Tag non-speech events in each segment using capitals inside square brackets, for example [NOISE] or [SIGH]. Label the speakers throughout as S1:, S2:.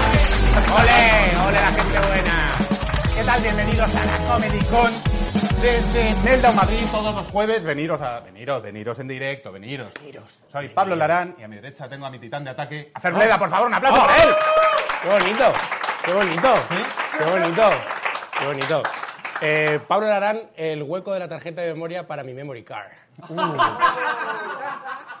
S1: ¡Ole! ¡Ole la gente buena! ¿Qué tal? Bienvenidos a la Comedy Con desde Meldown Madrid todos los jueves. Veniros, a, veniros, veniros en directo, veniros. Soy Pablo Larán y a mi derecha tengo a mi titán de ataque.
S2: Ah.
S1: ¡Hacer Bleda, por favor, un aplauso por él!
S2: ¡Qué bonito! ¡Qué bonito! ¡Qué bonito! ¡Qué bonito! Eh, Pablo Larán, el hueco de la tarjeta de memoria para mi memory card.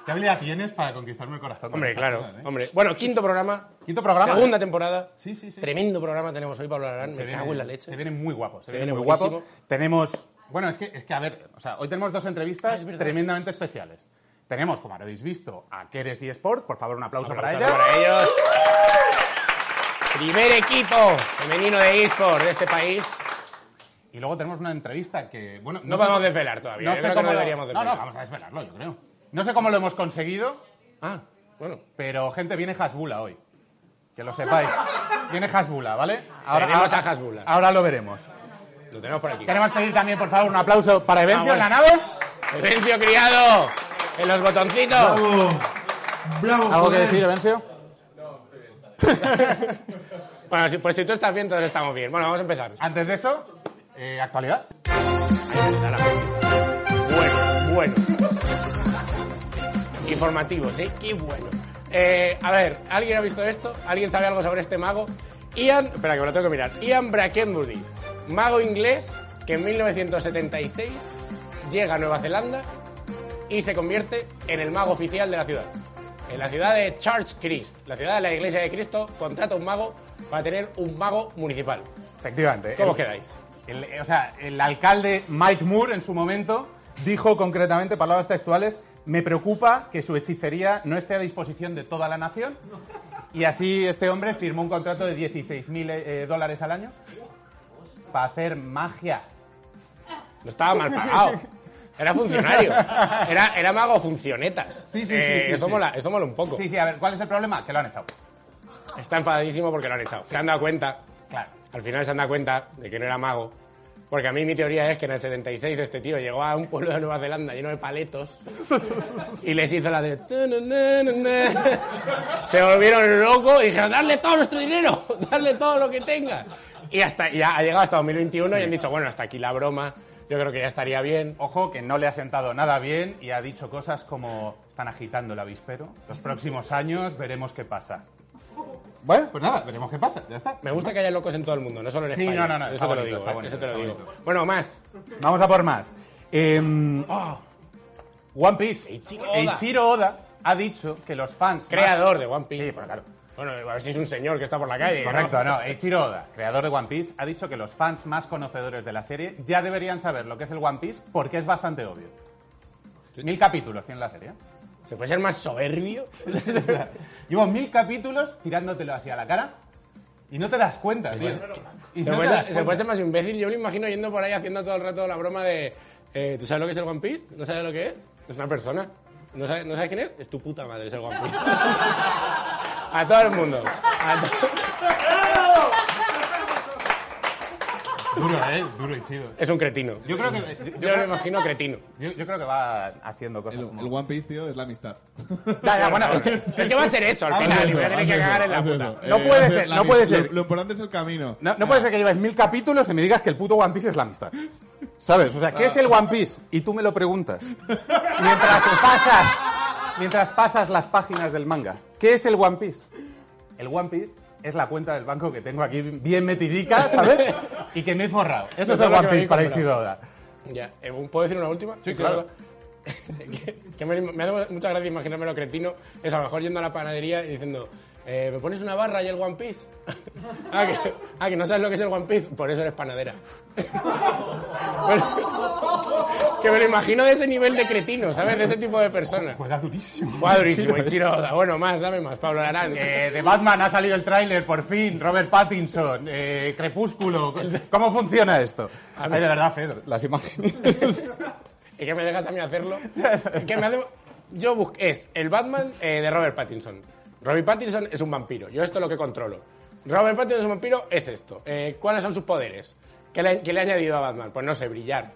S1: ¿Qué habilidad tienes para conquistarme el corazón? con
S2: Hombre,
S1: estas
S2: claro.
S1: cosas, eh?
S2: Hombre. Bueno, quinto programa.
S1: Quinto programa.
S2: Segunda
S1: ¿eh?
S2: temporada.
S1: Sí, sí, sí.
S2: Tremendo programa tenemos hoy, Pablo Larán.
S1: Se
S2: Me
S1: viene-
S2: cago en la leche.
S1: Se viene muy guapo. Se,
S2: Se
S1: viene,
S2: viene
S1: muy
S2: buenísimo.
S1: guapo. Tenemos. Bueno, es que, es que, a ver, o sea, hoy tenemos dos
S2: Ah,
S1: entrevistas tremendamente especiales. Tenemos, como habréis visto, a Keres y Sport. Por favor, un aplauso para
S2: Aplausos
S1: ella.
S2: para ellos. Primer equipo femenino de eSport de este país.
S1: Y luego tenemos una entrevista que, bueno...
S2: No
S1: sé
S2: podemos
S1: cómo-
S2: desvelar todavía, yo creo que
S1: cómo
S2: no
S1: lo-
S2: deberíamos
S1: No,
S2: desvelar.
S1: no, vamos a desvelarlo, yo creo. No sé cómo lo hemos conseguido,
S2: Ah, bueno.
S1: pero gente, viene Hasbula hoy. Que lo sepáis. Viene Hasbula, ¿vale?
S2: Tenemos a Hasbula.
S1: Ahora lo veremos.
S2: Lo tenemos por aquí.
S1: Queremos pedir también, por favor, un aplauso para Evencio
S2: Ah,
S1: en
S2: bueno.
S1: la nave.
S2: Evencio criado. En los botoncitos.
S3: ¡Bravo!
S1: ¿Algo que
S3: joder!
S1: decir, Evencio?
S2: Bueno, si- pues si tú estás bien, todos estamos bien. Bueno, vamos a empezar.
S1: Antes de eso, eh, actualidad.
S2: Bueno, bueno. Informativos, ¿eh? Qué bueno. Eh, a ver, ¿alguien ha visto esto? ¿Alguien sabe algo sobre este mago? Ian, espera que me lo tengo que mirar. Ian Brackenbury, mago inglés que en 1976 llega a Nueva Zelanda y se convierte en el mago oficial de la ciudad. En la ciudad de Church Christ, la ciudad de la Iglesia de Cristo, contrata un mago para tener un mago municipal.
S1: Efectivamente.
S2: ¿Cómo
S1: El-
S2: quedáis?
S1: el- eh, o sea, el alcalde Mike Moore en su momento dijo concretamente, palabras textuales, me preocupa que su hechicería no esté a disposición de toda la nación. Y así este hombre firmó un contrato de 16.000 eh, dólares al año para hacer magia.
S2: No estaba mal pagado. Era funcionario. Era, era mago funcionetas.
S1: Sí, sí, sí,
S2: Eh,
S1: sí,
S2: eso,
S1: sí.
S2: Mola, eso mola un poco.
S1: Sí, sí, a ver, ¿cuál es el problema? Que lo han echado.
S2: Está enfadadísimo porque lo han echado. Se han dado cuenta.
S1: Claro.
S2: Al final se han dado cuenta de que no era mago. Porque a mí mi teoría es que en el 76 este tío llegó a un pueblo de Nueva Zelanda lleno de paletos y les hizo la de... tu, na, na, na, na. Se volvieron locos y dijeron, darle todo nuestro dinero, darle todo lo que tenga. Y hasta, ya ha llegado hasta 2021 y han dicho, bueno, hasta aquí la broma, yo creo que ya estaría bien.
S1: Ojo que no le ha sentado nada bien y ha dicho cosas como están agitando el avispero. Los próximos años veremos qué pasa. Bueno, pues nada, veremos qué pasa. Ya está.
S2: Me gusta que haya locos en todo el mundo, no solo en
S1: Sí,
S2: España.
S1: no, no, no,
S2: Eso
S1: está
S2: te lo
S1: bonito,
S2: digo.
S1: está
S2: eh,
S1: bonito,
S2: eso te lo
S1: está
S2: digo.
S1: bonito.
S2: Bueno, más.
S1: Vamos a por más. Em, One Piece.
S2: Eiichiro Oda.
S1: Eiichiro Oda ha dicho que los fans.
S2: Creador de One Piece.
S1: Sí, pero claro.
S2: Bueno, a ver si es un señor que está por la calle. ¿no?
S1: Correcto, no. Eiichiro Oda, creador de One Piece, ha dicho que los fans más conocedores de la serie ya deberían saber lo que es el One Piece porque es bastante obvio. Mil capítulos tiene la serie.
S2: ¿Se puede ser más
S1: [LAUGHS]
S2: soberbio?
S1: Llevo mil capítulos tirándotelo así a la cara y no te das cuenta, tío. Y
S2: ¿Se,
S1: no te
S2: puede,
S1: das
S2: se
S1: cuenta.
S2: puede ser más imbécil? Yo me imagino yendo por ahí haciendo todo el rato la broma de... eh, ¿Tú sabes lo que es el One Piece? ¿No sabes lo que es? Es una persona. ¿No sabes, ¿No sabes quién es? Es tu puta madre, es el One
S1: [LAUGHS]
S2: Piece. a todo el mundo. A to-
S1: Duro, eh, duro y chido.
S2: es un cretino.
S1: Yo creo que,
S2: Yo lo imagino cretino.
S1: yo- yo creo que va haciendo cosas.
S3: El,
S1: como-
S3: el One Piece, tío, es la
S2: [LAUGHS]
S3: amistad.
S1: Ya, ya, bueno, es que-
S2: Es que va a ser eso al final y voy a tener que cagar en la puta.
S1: No puede ser, no puede ser.
S3: Eh, Lo, lo importante es el camino.
S1: No, no puede ser que lleves mil capítulos y me digas que el puto One Piece es la amistad. ¿Sabes? O sea, ¿qué es el One Piece? Y tú me lo preguntas. Mientras pasas, mientras pasas las páginas del manga. ¿Qué es el One Piece? El One Piece es la cuenta del banco que tengo aquí bien metidica, ¿sabes? Y que me he forrado.
S2: Eso
S1: Eso es
S2: es
S1: el
S2: lo
S1: One
S2: que me
S1: Piece para
S2: he comprado.
S1: Ichidoda.
S2: Ya, eh, ¿puedo decir una última?
S1: Sí, claro.
S2: [LAUGHS] que, que me, me hace mucha gracia imaginarme lo cretino, es a lo mejor yendo a la panadería y diciendo, eh, ¿me pones una barra y el One Piece? [LAUGHS] ah, que, ah, que no sabes lo que es el One Piece, por eso eres panadera. [LAUGHS] Pero- que me lo imagino de ese nivel de cretino, ¿sabes? De ese tipo de persona.
S1: Juega durísimo.
S2: Buah, durísimo, Ichiro Oda. Bueno, más, dame más, Pablo Larán.
S1: Eh, de Batman ha salido el tráiler, por fin. Robert Pattinson, eh, Crepúsculo. ¿Cómo funciona esto?
S2: A
S1: Ay,
S2: ver.
S1: de verdad, Fer, las imágenes.
S2: ¿Y que me dejas a mí hacerlo? que me hace... Yo busqué... Es el Batman eh, de Robert Pattinson. Robert Pattinson es un vampiro. Yo esto es lo que controlo. Robert Pattinson es un vampiro, es esto. Eh, ¿Cuáles son sus poderes? ¿Qué le, qué le ha añadido a Batman? Pues no sé, brillar.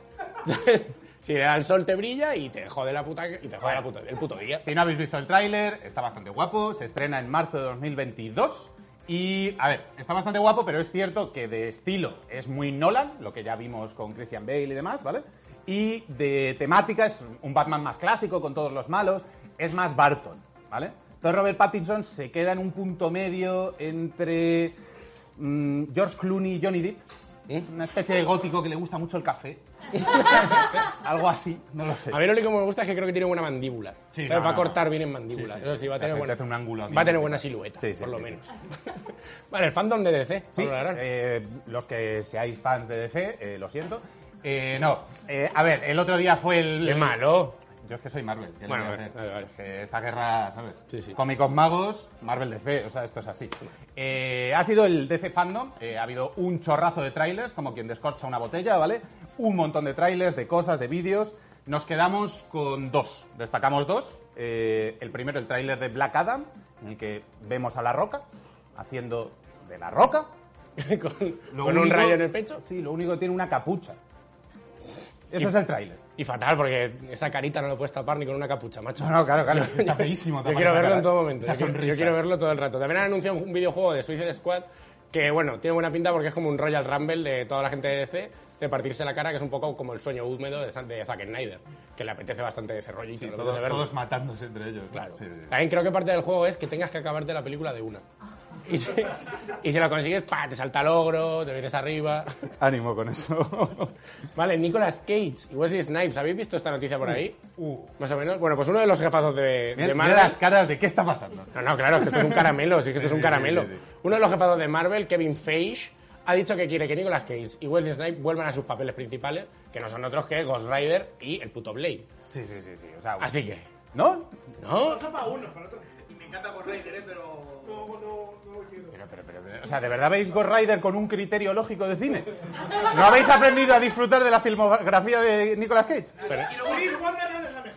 S2: Entonces, si le da el sol te brilla y te jode la puta... Y te jode la puta, el puto día.
S1: Si no habéis visto el tráiler, está bastante guapo. Se estrena en marzo de 2022. Y, a ver, está bastante guapo, pero es cierto que de estilo es muy Nolan, lo que ya vimos con Christian Bale y demás, ¿vale? Y de temática es un Batman más clásico, con todos los malos. Es más Barton, ¿vale? Entonces Robert Pattinson se queda en un punto medio entre mm, George Clooney y Johnny Depp. Una especie de gótico que le gusta mucho el café. [LAUGHS] Algo así, no lo sé.
S2: A mí lo único que me gusta es que creo que tiene buena mandíbula.
S1: Sí,
S2: ¿Sabes?
S1: no,
S2: va a
S1: no,
S2: cortar
S1: no.
S2: bien en mandíbula.
S1: Sí, sí,
S2: Eso sí, va a tener
S1: te
S2: buena,
S1: hace un ángulo aquí.
S2: va a tener buena silueta,
S1: Sí, sí,
S2: por
S1: sí,
S2: lo
S1: sí.
S2: menos. vale, el fandom de DC.
S1: Sí,
S2: Pablo Larrán.
S1: eh, los que seáis fans de DC, eh, lo siento. Eh, no, eh, a ver, el otro día fue el...
S2: Qué malo.
S1: Yo es que soy Marvel. ¿qué le
S2: Bueno,
S1: voy a
S2: vale,
S1: hacer?
S2: vale, vale.
S1: Que esta guerra, ¿sabes?
S2: Sí, sí.
S1: Cómicos magos, Marvel DC, o sea, esto es así. Eh, ha sido el DC fandom, eh, ha habido un chorrazo de trailers, como quien descorcha una botella, ¿vale? Un montón de trailers, de cosas, de vídeos. Nos quedamos con dos, destacamos dos. Eh, el primero, el trailer de Black Adam, en el que vemos a La Roca haciendo de La Roca,
S2: [LAUGHS] con,
S1: lo
S2: con un
S1: único-
S2: rayo en el pecho.
S1: Sí, lo único que tiene una capucha.
S2: Y-
S1: Eso es el tráiler.
S2: Y fatal, porque esa carita no la puedes tapar ni con una capucha, macho.
S1: No, no, claro, claro.
S2: Yo-
S1: [LAUGHS] Está
S2: [LAUGHS]
S1: feísimo
S2: Yo
S1: tapar
S2: quiero
S1: esa
S2: verlo
S1: cara.
S2: en todo momento.
S1: Esa
S2: Yo quiero, yo
S1: sonrisa.
S2: quiero verlo todo el rato. También han anunciado un videojuego de Suicide Squad que, bueno, tiene buena pinta porque es como un Royal Rumble de toda la gente de DC, de partirse la cara, que es un poco como el sueño húmedo de, Sa- de Zack Snyder, que le apetece bastante ese rollo y
S1: Sí,
S2: todo,
S1: todos,
S2: verlo.
S1: todos matándose entre ellos.
S2: Claro.
S1: Sí, sí.
S2: También creo que parte del juego es que tengas que acabarte la película de una. Y si, y si lo consigues, pa, te salta el ogro, te vienes arriba.
S1: Ánimo con eso.
S2: Vale, Nicolas Cage y Wesley Snipes. ¿Habéis visto esta noticia por ahí?
S1: uh.
S2: Más o menos. Bueno, pues uno de los jefazos de,
S1: Mira-
S2: de
S1: mira
S2: Marvel.
S1: las caras de qué está pasando.
S2: No, no, claro, es que esto es un caramelo, sí que esto es un
S1: sí,
S2: caramelo.
S1: sí, sí.
S2: Uno de los jefazos de Marvel, Kevin Feige, ha dicho que quiere que Nicolas Cage y Wesley Snipes vuelvan a sus papeles principales, que no son otros que Ghost Rider y el puto Blade.
S1: Sí, sí, sí. sí. O sea,
S2: Así que,
S1: ¿No?
S2: ¿no?
S1: Pero, pero, pero, pero, o sea, ¿de verdad veis Ghost Rider con un criterio lógico de cine? ¿No habéis aprendido a disfrutar de la filmografía de Nicolas Cage?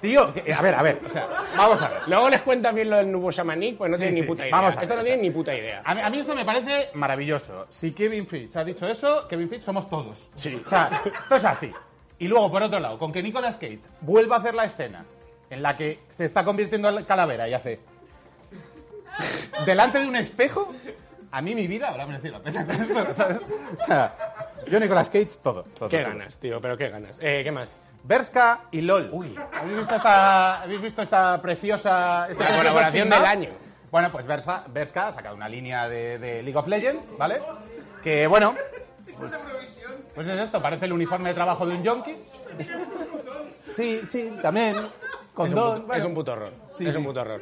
S1: Tío, que- a ver, a ver. O sea, vamos a ver.
S2: Luego les cuentas bien lo del nuevo Shamanic, pues no tienen
S1: sí,
S2: ni puta
S1: sí.
S2: idea.
S1: Vamos a
S2: Esto
S1: ver,
S2: no
S1: o
S2: tienen ni puta idea.
S1: A mí, a mí esto me parece maravilloso. Si Kevin Feige ha dicho eso, Kevin Feige somos todos.
S2: Sí.
S1: O sea, esto es así. Y luego, por otro lado, con que Nicolas Cage vuelva a hacer la escena en la que se está convirtiendo en calavera y hace... Delante de un espejo, a mí mi vida habrá merecido la pena [LAUGHS] con esto, ¿sabes? O sea, yo Nicolas Cage, todo. todo,
S2: Qué
S1: todo.
S2: ganas, tío, pero qué ganas. Eh, ¿Qué más?
S1: Berska y LOL. ¿Habéis visto esta, habéis visto esta preciosa... este
S2: La
S1: precioso
S2: colaboración
S1: spin-off?
S2: del año.
S1: Bueno, pues Versa, Berska ha sacado una línea de, de League of Legends, ¿vale? Que, bueno... Pues, pues es esto, parece el uniforme de trabajo de un yonki. Sí, sí, también.
S2: Es
S1: Con
S2: un,
S1: dos...
S2: puto, es un puto horror.
S1: Sí,
S2: es un
S1: sí.
S2: puto horror.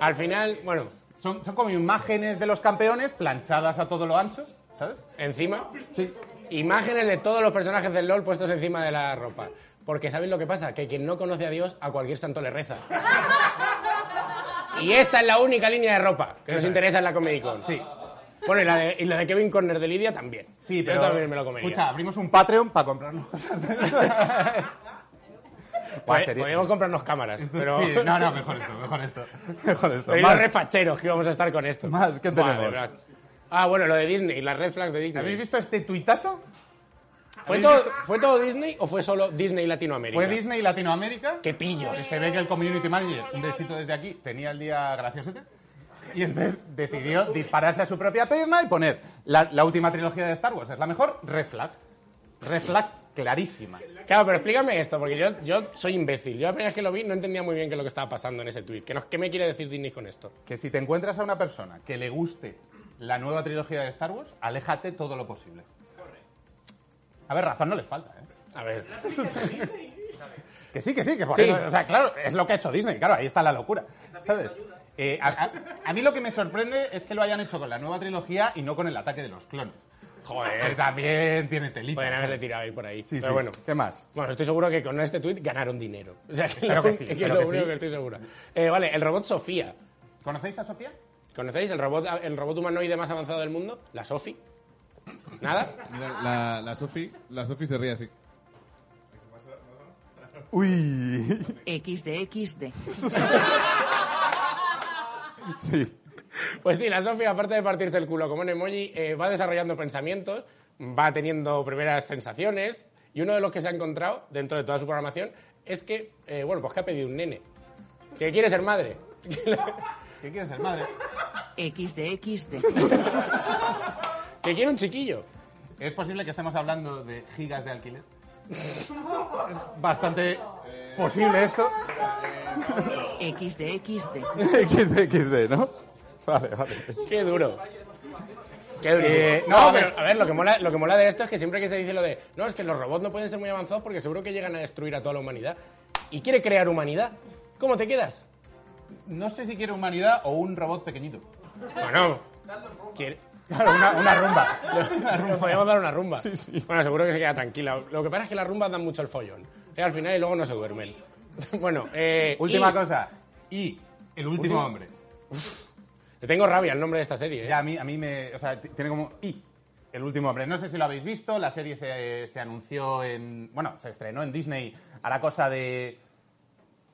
S2: Al final, bueno,
S1: Son, son como imágenes de los campeones planchadas a todo lo ancho, ¿sabes?
S2: encima,
S1: Sí.
S2: imágenes de todos los personajes del LOL puestos encima de la ropa. Porque ¿sabéis lo que pasa? Que quien no conoce a Dios, a cualquier santo le reza. Y esta es la única línea de ropa que nos interesa en la Comedy Con.
S1: Sí.
S2: Bueno, y la de, y la de Kevin Corner de Lidia también.
S1: Sí,
S2: Yo
S1: pero...
S2: también me lo comería.
S1: Escucha, abrimos un Patreon para comprarnos cosas. [LAUGHS] Buah,
S2: Pod-
S1: sería-
S2: Pues, Podríamos comprarnos cámaras, pero...
S1: pues,
S2: [LAUGHS]
S1: Sí, no, no, mejor esto, mejor esto. [LAUGHS] Mejor esto.
S2: Pero
S1: Más.
S2: los refacheros que íbamos a estar con esto.
S1: Más, ¿qué
S2: Madre
S1: tenemos?
S2: mía. ah, bueno, lo de Disney, las red flags de
S1: ¿Habéis
S2: Disney.
S1: visto este tuitazo?
S2: ¿Fue
S1: habéis
S2: todo, ¿Fue todo Disney o fue solo Disney Latinoamérica?
S1: Fue Disney Latinoamérica.
S2: ¡Qué pillos!
S1: Se ve que el community manager, un besito desde aquí, tenía el día graciosete. Y entonces decidió dispararse a su propia pierna y poner la, la última trilogía de Star Wars. Es la mejor, Red Flag. Red Flag clarísima.
S2: Claro, pero explícame esto, porque yo, yo soy imbécil. Yo la primera vez que lo vi no entendía muy bien qué es lo que estaba pasando en ese tweet. ¿Qué, nos- qué me quiere decir Disney con esto?
S1: Que si te encuentras a una persona que le guste la nueva trilogía de Star Wars, aléjate todo lo posible. A ver, razón no les falta, ¿eh?
S2: A ver.
S1: Que sí, que sí, que por
S2: Sí.
S1: eso- o sea, claro, es lo que ha hecho Disney, claro, ahí está la locura, ¿sabes? Eh, a, a- a mí lo que me sorprende es que lo hayan hecho con la nueva trilogía y no con el ataque de los clones. Joder, también tiene telita.
S2: Pueden haberle
S1: ¿sabes?
S2: tirado ahí por ahí.
S1: Sí,
S2: pero
S1: sí.
S2: bueno.
S1: ¿Qué más?
S2: Bueno, estoy seguro que con este tuit ganaron dinero. O sea, que,
S1: Claro
S2: lo-
S1: que sí,
S2: [LAUGHS] que es
S1: claro
S2: lo
S1: que
S2: único
S1: sí.
S2: que estoy seguro. Eh, vale, el robot Sofía.
S1: ¿Conocéis a Sofía?
S2: ¿Conocéis el robot, el robot humanoide más avanzado del mundo? La Sofi. ¿Nada?
S3: Mira, la, la Sofi la Sofi se ríe
S1: [LAUGHS]
S3: así.
S1: Uy,
S4: XD, XD.
S1: sí.
S2: Pues sí, la Sofi, aparte de partirse el culo como un emoji, eh, va desarrollando pensamientos, va teniendo primeras sensaciones, y uno de los que se ha encontrado dentro de toda su programación es que, eh, bueno, pues que ha pedido un nene. Que quiere ser madre. [LAUGHS]
S1: ¿Qué quieres ser madre?
S4: XD, XD.
S2: que quiere un chiquillo.
S1: ¿Es posible que estemos hablando de gigas de alquiler? es bastante posible esto.
S4: XD, XD.
S1: XD, XD, ¿no? Vale, vale.
S2: Qué duro. Qué duro.
S1: Eh,
S2: no,
S1: no,
S2: a ver,
S1: pero-
S2: a ver, lo, que mola, lo que mola de esto es que siempre que se dice lo de, no, es que los robots no pueden ser muy avanzados porque seguro que llegan a destruir a toda la humanidad. Y quiere crear humanidad. ¿Cómo te quedas?
S1: No sé si quiere humanidad o un robot pequeñito.
S2: Bueno, Pues quiere-
S1: Claro, una, una rumba.
S2: Nos podíamos dar una rumba. Bueno, seguro que se queda tranquila. Lo que pasa es que las rumbas dan mucho el follón. Eh, al final y luego no se duermen. [LAUGHS] bueno, eh,
S1: Última
S2: y-
S1: cosa. Y el último
S2: Último.
S1: hombre.
S2: Le tengo rabia al nombre de esta serie. eh.
S1: Ya a mí, a mí me. O sea, t- tiene como. Y el último hombre. No sé si lo habéis visto. La serie se, se anunció en. Bueno, se estrenó en Disney a la cosa de.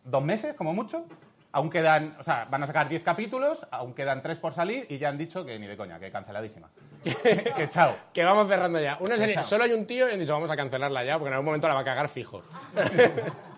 S1: dos meses, como mucho. Aún quedan. O sea, van a sacar 10 capítulos. Aún quedan 3 por salir. Y ya han dicho que ni de coña,
S2: [LAUGHS]
S1: que canceladísima. que chao.
S2: Que vamos cerrando ya. Una serie,
S1: Chao.
S2: solo hay un tío y han dicho, vamos a cancelarla ya porque en algún momento la va a cagar fijo.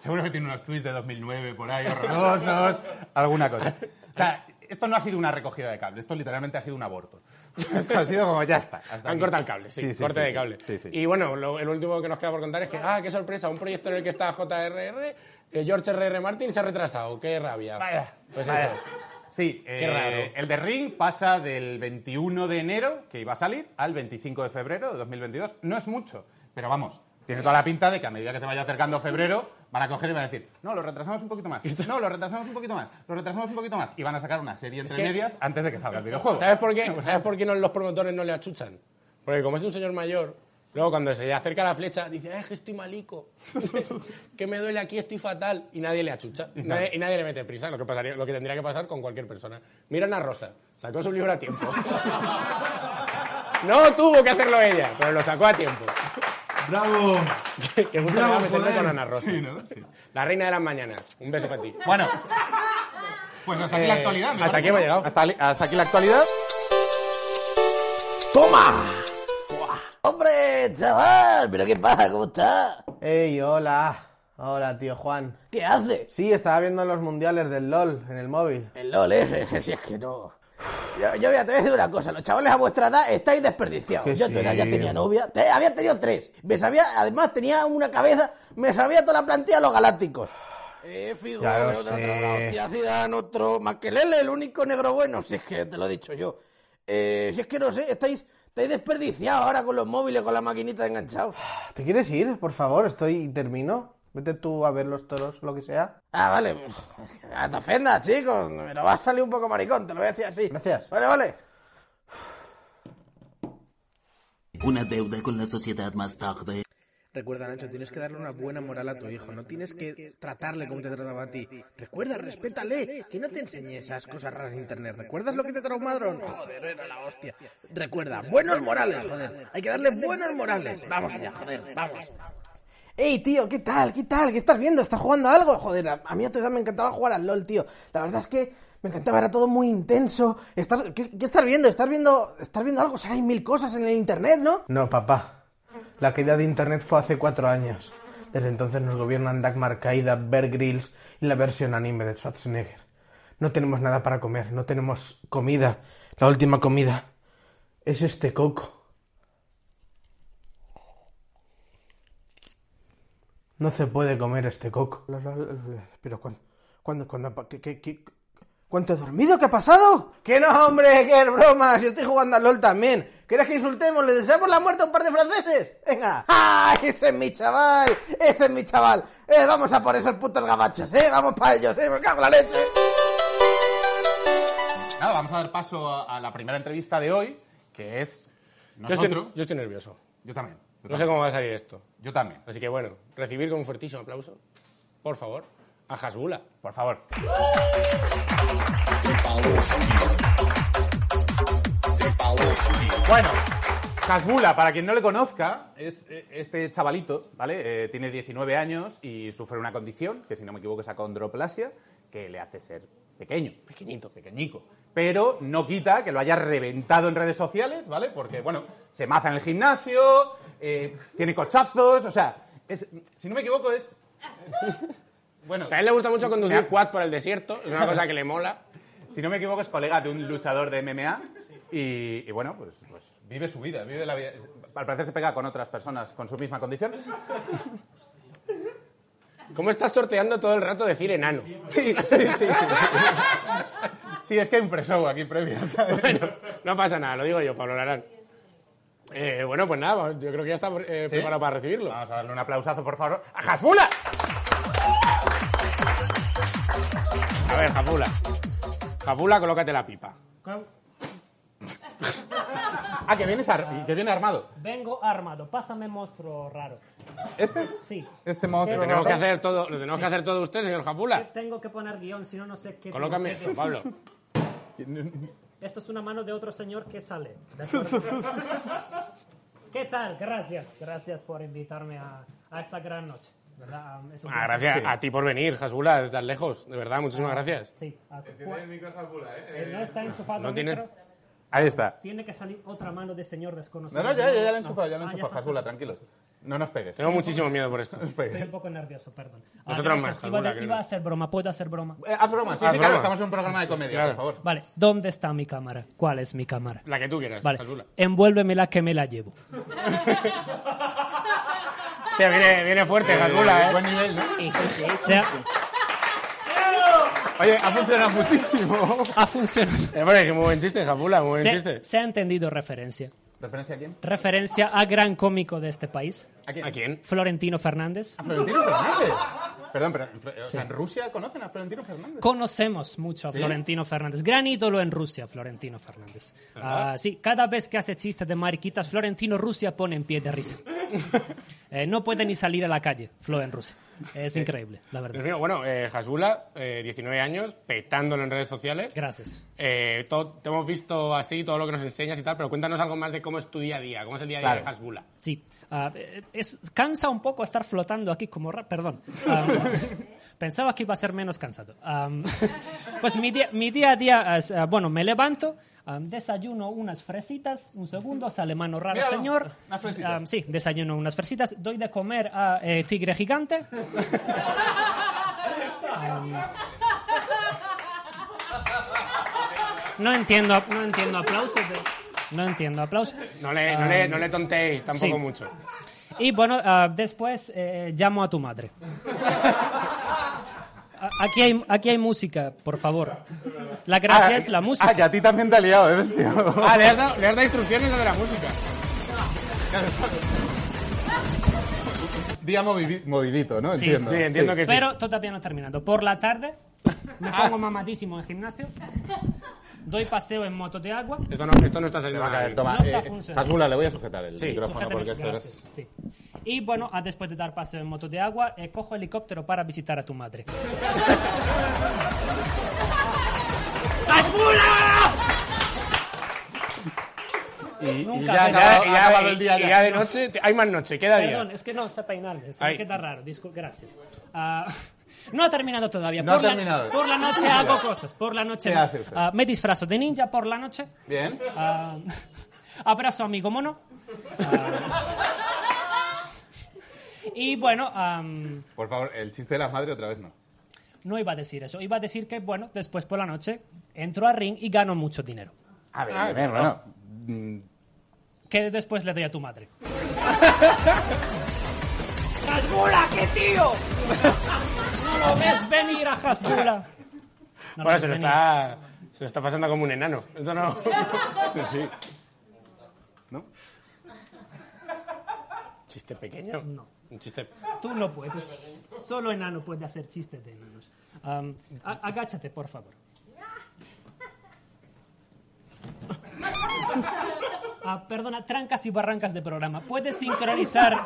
S1: Seguro que tiene unos tweets de 2009 por ahí horrorosos, alguna cosa. O sea, esto no ha sido una recogida de cable, esto literalmente ha sido un aborto.
S2: [LAUGHS]
S1: Esto ha sido como ya está. hasta
S2: Han
S1: aquí.
S2: cortado el cable, sí, corte de cable.
S1: Sí, sí.
S2: Y bueno, lo- el último que nos queda por contar es que, ah, qué sorpresa, un proyecto en el que está JRR, eh, George R.R. Martin se ha retrasado, qué rabia.
S1: Vaya,
S2: Pues
S1: vaya.
S2: eso.
S1: Sí,
S2: Qué
S1: eh,
S2: raro.
S1: el de Ring pasa del 21 de enero, que iba a salir, al 25 de febrero de 2022. No es mucho, pero vamos, tiene toda la pinta de que a medida que se vaya acercando febrero, van a coger y van a decir, no, lo retrasamos un poquito más, no, lo retrasamos un poquito más, lo retrasamos un poquito más. Y van a sacar una serie entre
S2: que-
S1: medias antes de que salga el videojuego.
S2: ¿Sabes por
S1: [LAUGHS]
S2: qué? ¿Sabes por qué no, los promotores no le achuchan? Porque como es un señor mayor, luego cuando se le acerca la flecha dice, "Ay, es que estoy
S1: [LAUGHS]
S2: malico, que me duele aquí, estoy fatal, y nadie le achucha, y nadie, y nadie le mete prisa, lo que, pasaría, lo que tendría que pasar con cualquier persona. Mira a Ana Rosa, sacó su libro a
S1: [LAUGHS]
S2: tiempo. no tuvo que hacerlo ella, pero lo sacó a tiempo. [LAUGHS]
S3: ¡Bravo!
S2: que mucho me va a meterme con Ana Rosa.
S3: Sí, ¿no? Sí.
S2: La reina de las mañanas, un beso para ti.
S1: Bueno, pues hasta aquí la
S2: Eh,
S1: actualidad. me
S2: hasta
S1: parece,
S2: aquí hemos
S1: ¿no?
S2: llegado.
S1: Hasta, hasta aquí la actualidad.
S5: ¡Toma! ¡Hombre, chaval! ¿Pero qué pasa? ¿Cómo estás?
S6: Ey, hola. Hola, tío Juan.
S5: ¿Qué haces?
S6: Sí, estaba viendo los mundiales del LOL en el móvil.
S5: El LOL ese, ese sí es que no. Yo, yo mira, te voy a decir una cosa, los chavales a vuestra edad estáis desperdiciados.
S6: Que
S5: yo a tu
S6: sí.
S5: edad ya tenía novia, te- había tenido tres. Me sabía, además tenía una cabeza, me sabía toda la plantilla de los galácticos. Eh, Figo,
S6: Ya lo
S5: otro, otro,
S6: sé.
S5: hostia, Zidane, otro, Maquelele, el único negro bueno, si es que te lo he dicho yo. Eh, si es que no sé, estáis, estáis desperdiciados ahora con los móviles, con la maquinita enganchados.
S6: ¿Te quieres ir? Por favor, estoy termino. Vete tú a ver los toros, lo que sea.
S5: Ah, vale. [LAUGHS] No te ofendas, chicos. Pero vas a salir un poco maricón, te lo voy a decir así.
S6: Gracias.
S5: Vale, vale.
S7: Una deuda con la sociedad más tarde.
S6: Recuerda, Nacho, tienes que darle una buena moral a tu hijo. No tienes que tratarle como te trataba a ti. Recuerda, respétale. Que no te enseñe esas cosas raras en internet. ¿Recuerdas lo que te traumaron? Joder, era la hostia. Recuerda, buenos morales, joder. Hay que darle buenos morales. Vamos allá, joder, vamos. Ey, tío, ¿qué tal? ¿Qué tal? ¿Qué estás viendo? ¿Estás jugando a algo? Joder, a, a mí a tu edad me encantaba jugar al LOL, tío. La verdad es que me encantaba, era todo muy intenso. ¿Estás, qué, qué estás viendo? ¿Estás viendo estás viendo algo? O sea, hay mil cosas en el internet, ¿no? No, papá. La caída de internet fue hace cuatro años. Desde entonces nos gobiernan Dagmar Caída, Bear Grylls y la versión anime de Schwarzenegger. No tenemos nada para comer, no tenemos comida. La última comida es este coco. No se puede comer este coco. Pero cuando, cuando, cuando, ¿qué, qué, qué- cuánto he dormido? ¿Qué ha pasado? Que no, hombre, que es broma. Si estoy jugando al LOL también. ¿Quieres que insultemos? ¿Le deseamos la muerte a un par de franceses? Venga.
S5: ¡Ah! Ese es mi chaval. Ese es mi chaval. eh, vamos a por esos putos gabachos, eh, vamos para ellos, eh, me cago en la leche.
S1: Nada, vamos a dar paso a, a la primera entrevista de hoy, que es
S2: Yo estoy,
S1: nosotros.
S2: yo estoy nervioso.
S1: Yo también. Yo
S2: No
S1: también.
S2: sé cómo va a salir esto.
S1: Yo también.
S2: Así que bueno, recibir con un fuertísimo aplauso, por favor, a Hasbula.
S1: Por favor. Bueno, Hasbula, para quien no le conozca, es eh, este chavalito, ¿vale? Eh, tiene 19 años y sufre una condición, que si no me equivoco es acondroplasia, que le hace ser pequeño. Pequeñito. Pequeñico. Pero no quita que lo haya reventado en redes sociales, ¿vale? Porque, bueno, se maza en el gimnasio, eh, tiene cochazos, o sea, es- si no me equivoco es... [LAUGHS] Bueno,
S2: A él le gusta mucho conducir
S1: Ya.
S2: quad por el desierto, es una cosa que le mola.
S1: Si no me equivoco, es colega de un luchador de MMA. Y, y bueno, pues, pues vive su vida, vive la vida. Al parecer se pega con otras personas con su misma condición.
S2: ¿Cómo estás sorteando todo el rato decir enano?
S1: Sí, sí, sí. Sí, Sí, es que hay un pre-show aquí previo, ¿sabes?
S2: [LAUGHS] Bueno, no pasa nada, lo digo yo, Pablo Larán. Eh, bueno, pues nada, yo creo que ya está eh, preparado para recibirlo.
S1: Vamos a darle un aplausazo, por favor, a Hasbula.
S2: A ver, Jafula. Jafula, colócate la pipa. [LAUGHS]
S1: Ah, que, vienes ar- y que viene armado.
S8: Vengo armado, pásame monstruo raro.
S1: ¿Este?
S8: Sí.
S1: Este monstruo.
S8: Lo
S2: Tenemos que hacer todo, lo tenemos que hacer todo usted, señor Jafula.
S8: Tengo que poner guión, si no, no sé qué. tengo
S2: Colócame
S8: que
S2: esto,
S8: decir.
S2: Pablo.
S8: Esto es una mano de otro señor que sale.
S1: [LAUGHS]
S8: ¿de acuerdo? ¿Qué tal? Gracias, gracias por invitarme a, a esta gran noche. ¿verdad? Um, es un
S2: Ah,
S8: placer.
S2: gracias a ti por venir, Hasbula, de tan lejos. De verdad, muchísimas gracias.
S8: Sí, a-
S3: Tiene el micro Hasbula,
S8: eh,
S3: ¿eh?
S8: no está enchufado
S2: No
S8: el
S2: tiene-
S8: micro.
S1: Ahí está.
S8: Tiene que salir otra mano de señor desconocido.
S1: No, no, ya, ya, ya lo he
S8: No.
S1: enchufado, ya lo he
S8: Ah,
S1: enchufado,
S8: está.
S1: Hasbula, tranquilo. No nos pegues.
S2: Tengo muchísimo miedo por esto.
S1: No nos pegues.
S8: Estoy un poco nervioso, perdón. Ah,
S2: Nosotros
S8: gracias.
S2: más,
S8: Iba,
S2: Hasbula,
S8: de-
S2: creo.
S8: iba a hacer broma, ¿puedo hacer broma?
S1: Eh, haz broma, sí,
S2: Haz broma.
S1: sí, claro, estamos en un programa de comedia,
S2: Claro.
S1: por favor.
S8: Vale, ¿dónde está mi cámara? ¿Cuál es mi cámara?
S2: La que tú quieras,
S8: Vale,
S2: Hasbula.
S8: envuélvemela que me la llevo.
S2: Hostia, viene, viene fuerte, Hasbula, ¿eh?
S1: Buen nivel, ¿no?
S4: XD, XD.
S8: sea-
S1: Oye, ha funcionado muchísimo.
S8: Ha funcionado.
S2: Eh, bueno, es que muy buen chiste, Jafula, muy [LAUGHS] buen chiste.
S8: Se, se ha entendido referencia.
S1: ¿Referencia a quién?
S8: Referencia a gran cómico de este país,
S2: ¿A quién? ¿A quién?
S8: Florentino Fernández.
S1: ¿A Florentino Fernández? Perdón, pero en- o sea, ¿en Rusia conocen a Florentino Fernández?
S8: Conocemos mucho a
S1: ¿Sí?
S8: Florentino Fernández. Gran ídolo en Rusia, Florentino Fernández. Ah, sí, cada vez que hace chistes de mariquitas, Florentino Rusia pone en pie de
S2: [LAUGHS]
S8: risa. Eh, no puede ni salir a la calle, Flo en Rusia.
S2: Eh,
S8: Es increíble, la
S2: Dios
S8: verdad.
S2: mío, bueno, eh, Hasbula, eh, 19 años, petándolo en redes sociales.
S8: Gracias.
S2: Eh, todo- te hemos visto así, todo lo que nos enseñas y tal, pero cuéntanos algo más de cómo es tu día a día, cómo es el día a día
S1: Claro.
S2: de Hasbula.
S8: Sí. Ah, eh, es, cansa un poco estar flotando aquí como... ra- Perdón. Ah, pensaba que iba a ser menos cansado. Ah, pues mi día, mi día a día es... ah, bueno, me levanto, ah, desayuno unas fresitas, un segundo, sale mano raro
S1: Míralo,
S8: señor.
S1: unas fresitas.
S8: Ah, sí, desayuno unas fresitas, doy de comer a eh, tigre
S1: [LAUGHS]
S8: gigante. Ah, no entiendo, no entiendo aplausos. de- No entiendo aplausos.
S2: No le, no le, no le tonteéis tampoco mucho.
S8: Y bueno, ah, después eh, llamo a tu madre. A- Aquí hay, aquí hay música, por favor. La gracia es la
S1: Ah,
S8: música.
S1: que a ti también te ha liado, ¿eh, tío?
S2: Ah, le has dado, le has dado instrucciones de la música.
S1: Día movivi- movidito, ¿no?
S8: Sí,
S1: entiendo.
S2: Sí, entiendo que sí.
S8: Pero todavía no he terminado. Por la tarde me
S1: Ah.
S8: pongo mamadísimo en gimnasio. Doy paseo en moto de agua.
S2: Esto no, esto no está
S1: Te
S2: saliendo
S1: va a
S2: nada
S1: caer,
S2: bien.
S1: toma.
S8: No está
S1: eh,
S8: funcionando.
S1: Hasbula, le voy a sujetar el
S2: Sí,
S1: micrófono
S8: Sujétame,
S1: porque esto
S8: gracias, sí. Y bueno, ah, después de dar paseo en moto de agua, eh, cojo helicóptero para visitar a tu
S1: [LAUGHS]
S8: madre.
S1: es... Y, y
S8: Nunca
S1: ya,
S8: había-
S1: acaba-
S2: y
S1: ha
S2: ya,
S1: acabado el día
S2: y
S1: ya.
S2: ya de noche, te- hay más noche, queda
S8: Perdón,
S2: día.
S8: es que no sé peinarme, se me
S2: Ay.
S8: queda raro. discul- gracias. Ah, [LAUGHS] no ha terminado todavía.
S1: No
S8: por
S1: ha
S8: la,
S1: terminado.
S8: Por la
S1: [LAUGHS]
S8: noche hago cosas. Por la noche
S1: ¿Qué hace usted?
S8: ah, me disfrazo de ninja por la noche.
S1: Bien.
S8: Ah, [LAUGHS] abrazo a amigo mono. Ah, y bueno, am,
S1: Por favor, el chiste de las madres otra vez no.
S8: no iba a decir eso. Iba a decir que, bueno, después por la noche entro a ring y gano mucho dinero.
S1: A ver, a ver, bueno.
S8: Que después le doy a tu madre. ¡Hasbula, qué tío! [LAUGHS] ¡No lo ves venir a Hasbula! No lo
S2: Bueno,
S8: ves
S2: se lo
S8: venir.
S2: está, se lo está pasando como un enano. Esto
S1: [LAUGHS]
S2: no.
S1: Sí. ¿No?
S2: Chiste pequeño.
S8: No.
S2: Un chiste.
S8: Tú no puedes. Solo enano puede hacer chistes de enanos. Am, a- agáchate, por favor. Ah, perdona, trancas y barrancas de programa. Puedes sincronizar.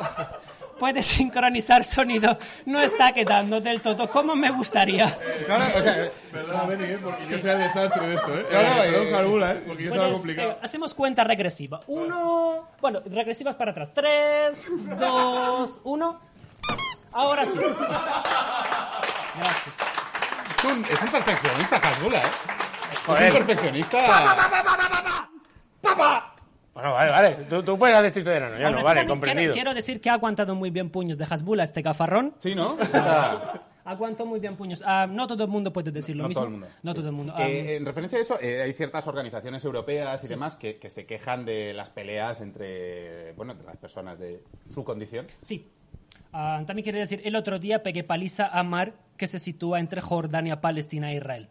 S8: Puedes sincronizar sonido. No está quedando del todo como me gustaría.
S3: Eh, No, no, o sea, perdón, Benny, eh, porque yo sea el desastre de esto, ¿eh?
S1: No, no,
S3: Eh, perdón,
S1: eh,
S3: Jarula, ¿eh? Porque yo estaba
S8: Puedes,
S3: complicado.
S8: eh, hacemos cuenta regresiva. Uno. Bueno, regresivas para atrás.
S1: [LAUGHS]
S8: Tres, dos, uno. Ahora sí. Gracias.
S1: Es un, es un perfeccionista, Casbula, ¿eh? Es un
S2: ¡Papá,
S1: perfeccionista.
S2: Bueno, vale, vale. Tú, tú puedes hacer chiste de enano. Yo
S8: Aún
S2: no,
S8: así,
S2: vale,
S8: también
S2: comprendido.
S8: Quiero, quiero decir que ha aguantado muy bien puños de Hasbula este gafarrón.
S1: Sí, ¿no? O sea,
S8: Aguantó muy bien puños. Ah, no todo el mundo puede decir lo
S1: no
S8: mismo.
S1: todo el mundo.
S8: No todo el mundo. Ah,
S1: Eh, en referencia a eso, eh, hay ciertas organizaciones europeas y demás que, que se quejan de las peleas entre, bueno, entre las personas de su condición.
S8: sí. Ah, también quiere decir, el otro día pegué paliza a Mar, que se sitúa entre Jordania, Palestina e Israel.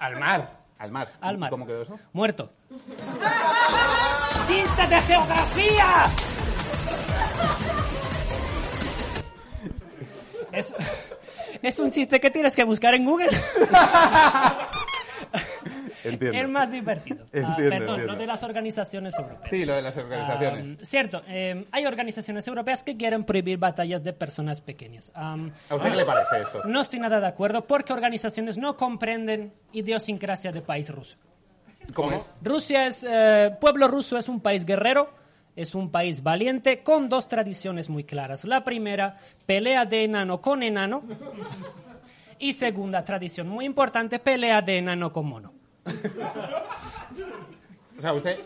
S2: Al mar.
S1: Al mar.
S8: Al mar. Eh,
S1: ¿Cómo quedó eso?
S8: Muerto. ¡Chistes de geografía! Es, es un chiste que tienes que buscar en Google.
S1: Entiendo.
S8: Es más divertido. Ah,
S1: Entiendo,
S8: perdón,
S1: entiendo.
S8: lo de las organizaciones europeas.
S1: Sí, lo de las organizaciones.
S8: Am, cierto, eh, hay organizaciones europeas que quieren prohibir batallas de personas pequeñas. Am,
S1: ¿A usted qué le
S8: [LAUGHS]
S1: parece esto?
S8: no estoy nada de acuerdo porque organizaciones no comprenden idiosincrasia del país ruso.
S1: ¿Cómo es?
S8: Rusia es, eh, pueblo ruso es un país guerrero, es un país valiente con dos tradiciones muy claras. La primera, pelea de enano con enano. Y segunda tradición muy importante, pelea de enano con mono.
S1: O sea, usted,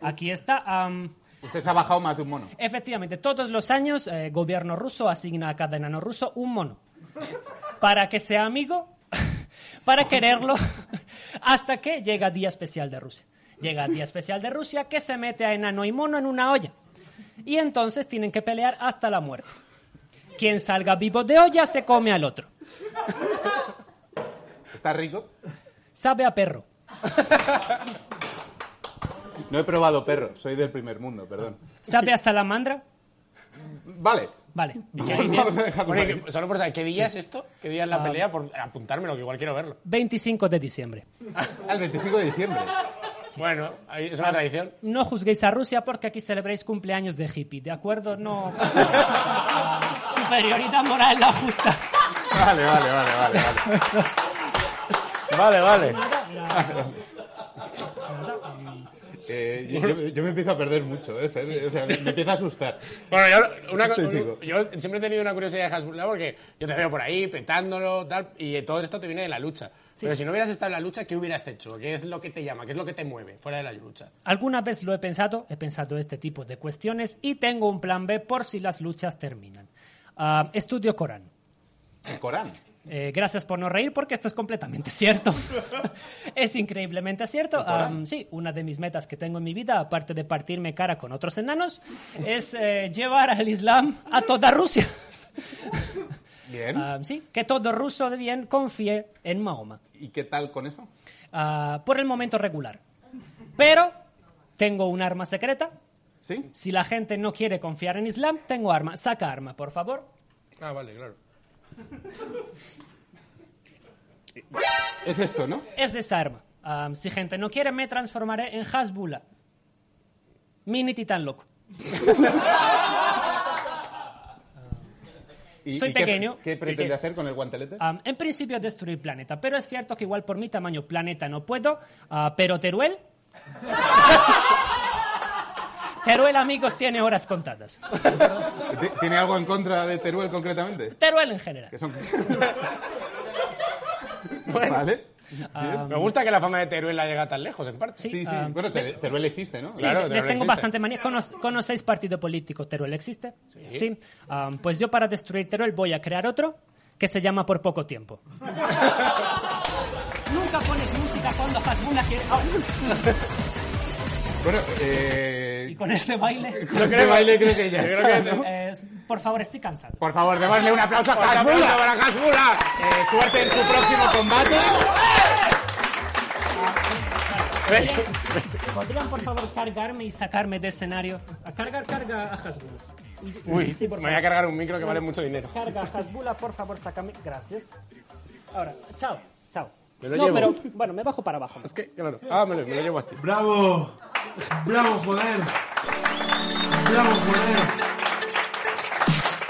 S8: Aquí está. am,
S1: usted se ha bajado más de un mono.
S8: Efectivamente, todos los años el gobierno ruso asigna a cada enano ruso un mono para que sea amigo, [LAUGHS] para quererlo, [LAUGHS] hasta que llega Día Especial de Rusia. Llega Día Especial de Rusia que se mete a enano y mono en una olla. Y entonces tienen que pelear hasta la muerte. Quien salga vivo de olla se come al otro.
S1: ¿Está rico?
S8: Sabe a perro.
S1: No he probado perro, soy del primer mundo, perdón.
S8: Sabe a salamandra. [LAUGHS]
S1: Vale.
S8: Vale.
S1: [LAUGHS] Vamos a dejarlo
S2: Bueno, y
S1: ahí.
S2: que- solo por saber, ¿qué día es esto? ¿Qué día es
S8: Ah.
S2: la pelea? Por apuntármelo, que igual quiero verlo.
S8: 25 de diciembre.
S1: Al 25 de diciembre.
S2: Bueno, ahí- es
S8: Ah.
S2: una tradición.
S8: No juzguéis a Rusia porque aquí celebráis cumpleaños de hippie, ¿de acuerdo? No. Superioridad moral la justa.
S1: Vale, vale, vale, vale. vale.
S2: Vale, vale.
S1: Eh, yo, yo- yo me empiezo a perder mucho, ¿eh? o sea, me, me empieza a asustar.
S2: Bueno, [LAUGHS] yo, una
S1: Este
S2: co-
S1: chico.
S2: yo siempre he tenido una curiosidad de Hasbulla porque yo te veo por ahí petándolo, tal, y todo esto te viene de la lucha. Pero si no hubieras estado en la lucha, ¿qué hubieras hecho? ¿Qué es lo que te llama? ¿Qué es lo que te mueve fuera de la lucha?
S8: Alguna vez lo he pensado, he pensado este tipo de cuestiones y tengo un plan B por si las luchas terminan. Ah, estudio Corán.
S1: El Corán.
S8: Eh, gracias por no reír porque esto es completamente cierto. [LAUGHS] es increíblemente cierto. Am, sí, una de mis metas que tengo en mi vida, aparte de partirme cara con otros enanos, es eh, llevar al Islam a toda Rusia.
S1: Bien.
S8: Ah, sí, que todo ruso de bien confíe en Mahoma.
S1: ¿Y qué tal con eso?
S8: Ah, por el momento regular. Pero tengo un arma secreta.
S1: ¿Sí?
S8: Si la gente no quiere confiar en Islam, tengo arma. Saca arma, por favor.
S2: Ah, vale, claro.
S1: Es esto, ¿no?
S8: Es esta arma. Ah, si gente no quiere, me transformaré en Hasbula. Mini titán loco.
S1: ¿Y,
S8: Soy
S1: y qué-
S8: pequeño. Ah.
S1: ¿Qué, pretende
S8: Pequeño.
S1: hacer con el guantelete?
S8: Am, en principio destruir planeta, pero es cierto que igual por mi tamaño planeta no puedo, ah, pero Teruel... Teruel, amigos, tiene horas contadas.
S1: ¿Ti- ¿Tiene algo en contra de Teruel concretamente?
S8: Teruel en general.
S1: Que son...
S2: Bueno.
S1: ¿Vale?
S2: Me gusta que la fama de Teruel la llega tan lejos, en parte.
S8: Sí,
S1: Sí, sí.
S8: ah,
S1: Bueno, Ter- Teruel existe, ¿no?
S8: Sí,
S2: Claro,
S8: les
S2: Teruel
S8: tengo
S2: existe.
S8: bastante manía. Cono- ¿Conocéis partido político Teruel? ¿Existe? Sí. Am, pues yo para destruir Teruel voy a crear otro que se llama Por Poco Tiempo. [LAUGHS] Nunca pones música cuando Hasbula quiere...
S1: Bueno, eh...
S8: [LAUGHS] y con este baile...
S1: con este baile creo que
S2: Yo
S1: ya está,
S2: creo que
S1: ¿no?
S8: eh, por favor, estoy cansado.
S1: Por favor, démosle un aplauso a Hasbula.
S2: aplauso para Hasbulla!
S1: Eh, suerte en tu próximo combate.
S8: ¿Podrían, por favor, cargarme y sacarme de escenario? A cargar, carga a Hasbro.
S2: Uy,
S8: Sí, por
S2: me voy a
S8: favor.
S2: cargar un micro que vale mucho dinero.
S8: Carga, Hasbula, por favor, sácame. Gracias. Ahora, chao, chao.
S2: Me lo
S8: no,
S2: llevo.
S8: pero bueno, me bajo para abajo.
S2: Es que, claro. Ah, me lo, me lo llevo así.
S3: ¡Bravo! ¡Bravo, joder! ¡Bravo, joder!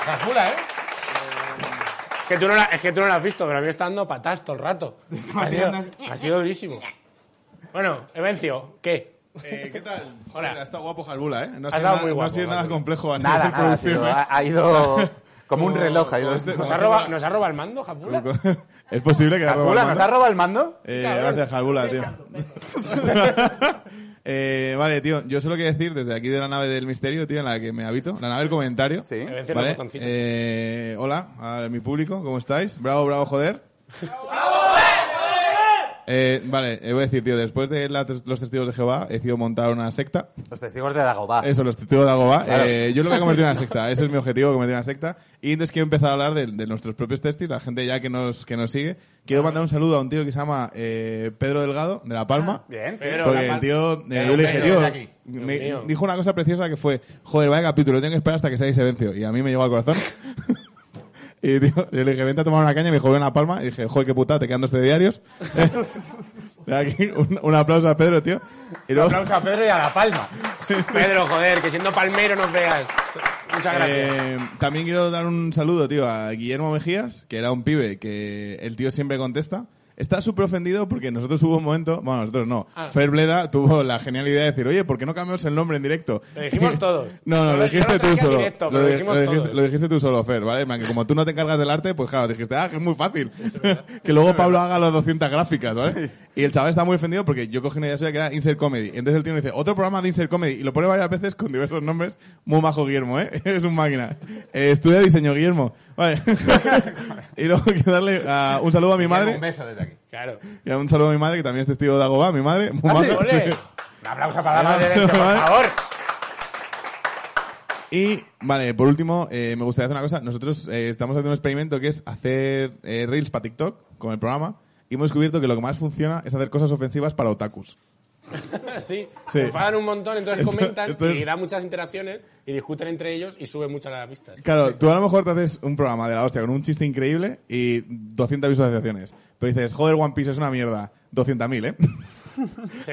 S2: Rascula, ¿eh? Es que, tú no la, es que tú no la has visto, pero a mí me está dando patas todo el [LAUGHS] rato. Ha sido, ha sido durísimo. Bueno, Evencio, ¿qué?
S3: Eh, ¿Qué tal?
S2: Hola.
S3: Joder, Ha estado guapo Jalbula, ¿eh? No ha
S2: Ha
S3: sido
S2: estado
S3: nada,
S2: muy
S3: no ha
S2: guapo,
S3: sido nada
S2: Jalbula.
S3: complejo a nivel
S1: Nada, nada, ha, sido,
S3: producción, ¿eh?
S1: ha, ha ido como un
S3: Como-
S1: reloj. Ha ido.
S3: como este-
S2: ¿Nos
S3: como
S2: ha
S3: este-
S2: robado, ¿nos ha robado el mando, Jafula? [LAUGHS]
S3: [LAUGHS] Es posible que haya robado
S1: Jula,
S3: el
S1: ¿nos
S3: mando.
S1: has robado el mando?
S3: Eh,
S2: Cabrón.
S3: gracias, Jalbula, tío. [LAUGHS] Eh, vale, tío, yo solo quiero decir desde aquí de la nave del misterio, tío, en la que me habito, la nave del comentario.
S1: Sí. Me
S2: vencen los
S3: Vale.
S2: botoncitos.
S3: Eh, hola a mi público, ¿cómo estáis? Bravo, bravo, joder. Eh, vale, eh, voy a decir, tío, después de la- los testigos de Jehová, he decidido montar una secta.
S1: Los testigos de Dagobah.
S3: Eso, los testigos de Agobá. Eh, yo lo voy a convertir en una secta. Ese es mi objetivo, convertir en una secta. Y entonces quiero empezar a hablar de, de nuestros propios testis, la gente ya que nos, que nos sigue. Quiero mandar un saludo a un tío que se llama eh, Pedro Delgado, de La Palma.
S1: Ah, Bien, sí.
S2: Pero
S3: Porque
S2: la
S3: el
S2: pal-
S3: tío, eh,
S2: Era
S3: yo
S2: un
S3: le dije,
S2: beso
S3: tío,
S2: desde aquí.
S3: me-
S2: Dios mío.
S3: dijo una cosa preciosa que fue, joder, vaya capítulo, tengo que esperar hasta que sea Vencio. Y a mí me llegó al corazón. [LAUGHS] y tío, yo le dije, vente a tomar una caña, y me dijo, ven a Palma. Y dije, joder, qué puta, te quedan dos diarios. [LAUGHS] De aquí, un, un aplauso a Pedro, tío. Y
S1: Un
S3: luego,
S1: aplauso a Pedro y a La Palma.
S2: Pedro, joder, que siendo palmero nos veas. Muchas gracias.
S3: eh, también quiero dar un saludo, tío, a Guillermo Mejías, que era un pibe que el tío siempre contesta. Está súper ofendido porque nosotros hubo un momento, bueno, nosotros no,
S2: Ah.
S3: Fer Bleda tuvo la genial idea de decir, oye, ¿por qué no cambiamos el nombre en directo? [LAUGHS]
S2: Lo dijimos todos.
S3: No,
S2: Yo
S3: no,
S2: lo- yo
S3: lo dijiste
S2: lo traje
S3: tú
S2: al
S3: solo.
S2: directo,
S3: Lo
S2: pero lo
S3: di-
S2: dijimos
S3: lo dijiste-
S2: todos.
S3: lo dijiste tú solo, Fer, ¿vale? En plan, que como tú no te encargas del arte, pues claro, dijiste, ah, que es muy fácil. [LAUGHS] que luego Pablo haga las 200 gráficas, ¿vale? Y el chaval está muy ofendido porque yo cogí una idea suya que era Insert Comedy. Entonces el tío me dice, otro programa de Insert Comedy. Y lo pone varias veces con diversos nombres. Muy majo Guillermo, ¿eh? [LAUGHS] es un máquina. Eh, estudia diseño, Guillermo. Vale. [LAUGHS] y luego quiero darle ah, un saludo a mi
S1: Un
S3: madre.
S1: beso desde aquí.
S2: Claro.
S3: Y un saludo a mi madre, que también es testigo de Agobá, mi madre. Muy maja.
S2: Ole.
S3: Ah, [LAUGHS] Sí.
S1: Un aplauso para la madre.
S3: Aplauso,
S1: de-
S3: ¿vale?
S2: Por favor. [LAUGHS]
S3: Y, vale, por último, eh, me gustaría hacer una cosa. Nosotros eh, estamos haciendo un experimento que es hacer eh, reels para TikTok con el programa. Y hemos descubierto que lo que más funciona es hacer cosas ofensivas para otakus.
S2: Sí,
S3: Sí.
S2: se enfadan un montón,
S3: [LAUGHS]
S2: entonces
S3: Esto-
S2: comentan
S3: esto es-
S2: y dan muchas interacciones y discuten entre ellos y suben muchas las vistas.
S3: Claro, tú a lo mejor te haces un programa de la hostia con un chiste increíble y 200 visualizaciones. Pero dices, joder, One Piece es una mierda. 200.000, ¿eh?
S2: Sería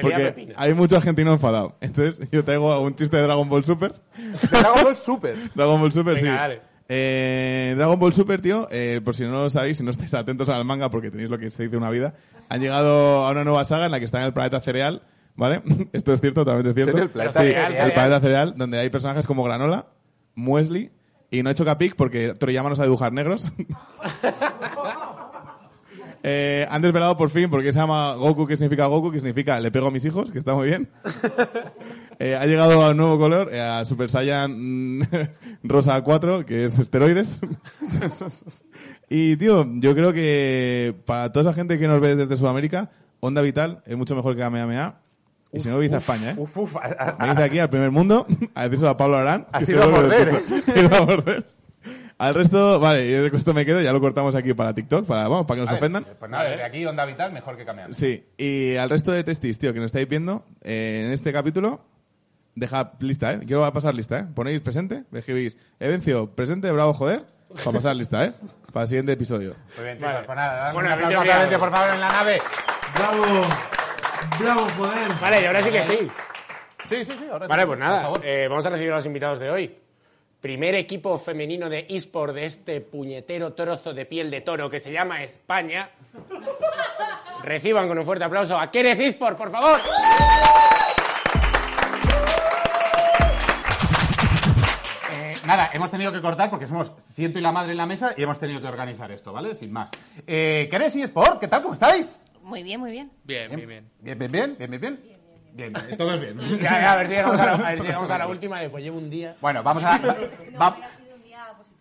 S3: [LAUGHS] Porque
S2: pepino.
S3: hay mucho argentino enfadado. Entonces, yo traigo un chiste de Dragon Ball Super.
S1: De [LAUGHS] Dragon Ball Super.
S3: Dragon Ball Super,
S2: Venga,
S3: sí.
S2: dale.
S3: Eh, Dragon Ball Super, tío, eh, por si no lo sabéis, si no estáis atentos al manga porque tenéis lo que se dice una vida, han llegado a una nueva saga en la que están en el planeta cereal, ¿vale? [LAUGHS] Esto es cierto, totalmente cierto.
S1: ¿Serio? ¿El planeta
S3: Sí,
S2: cereal?
S3: el
S2: Cereal.
S3: planeta cereal, donde hay personajes como Granola, Muesli y no he hecho Capic porque Toriyama no sabe dibujar negros. [LAUGHS] Eh, han desvelado por fin porque se llama Goku, que significa Goku, que significa le pego a mis hijos, que está muy bien. Eh, ha llegado a un nuevo color, eh, a Super Saiyan mm, [LAUGHS] Rosa 4, que es esteroides. [LAUGHS] y, tío, yo creo que para toda esa gente que nos ve desde Sudamérica, Onda Vital es mucho mejor que AMA. Y si no, dice a España, ¿eh?
S1: Uf, uf. a- a-
S3: Venid aquí al primer mundo [LAUGHS] a decírselo a Pablo Arán.
S1: Así
S3: que
S1: lo va
S3: seguro
S1: a
S3: que lo [LAUGHS]
S1: morder,
S3: escucha. Así lo va a morder. Al resto, vale, yo con esto me quedo, ya lo cortamos aquí para TikTok, para, vamos, para que nos ofendan.
S1: Pues nada, desde aquí, Onda Vital, mejor que cambiar.
S3: Sí, y al resto de testis, tío, que nos estáis viendo, eh, en este capítulo, dejad lista, ¿eh? Yo lo voy a pasar lista, ¿eh? Ponéis presente, escribís, Evencio, presente, bravo, joder, para pasar lista, ¿eh? Para el siguiente episodio.
S1: Muy bien,
S2: Vale.
S1: chicos, pues nada, dadme
S2: Bueno,
S1: un aplauso
S2: Evencio,
S1: a Evencio, por favor, en la nave.
S3: ¡Bravo! ¡Bravo, joder!
S2: Vale, y ahora sí
S3: [LAUGHS]
S2: que sí.
S1: Sí, sí, sí, ahora sí.
S2: Vale, pues
S1: Por
S2: nada,
S1: favor.
S2: eh, vamos a recibir a los invitados de hoy. Primer equipo femenino de eSport de este puñetero trozo de piel de toro que se llama España. [LAUGHS] Reciban con un fuerte aplauso a Keres eSport, por favor.
S1: Eh, nada, hemos tenido que cortar porque somos ciento y la madre en la mesa y hemos tenido que organizar esto, ¿vale? Sin más. Eh, ¿Queréis eSport? ¿Qué tal? ¿Cómo estáis?
S9: Muy bien, muy bien.
S10: Bien,
S1: Em,
S10: bien, bien.
S1: Bien, bien, bien, bien, bien, bien. Bien, bien, todos [LAUGHS] bien.
S2: Ya, ya, a ver si llegamos a la, a ver
S1: [LAUGHS]
S2: si llegamos a la última, después llevo un día.
S1: Bueno, vamos a... va-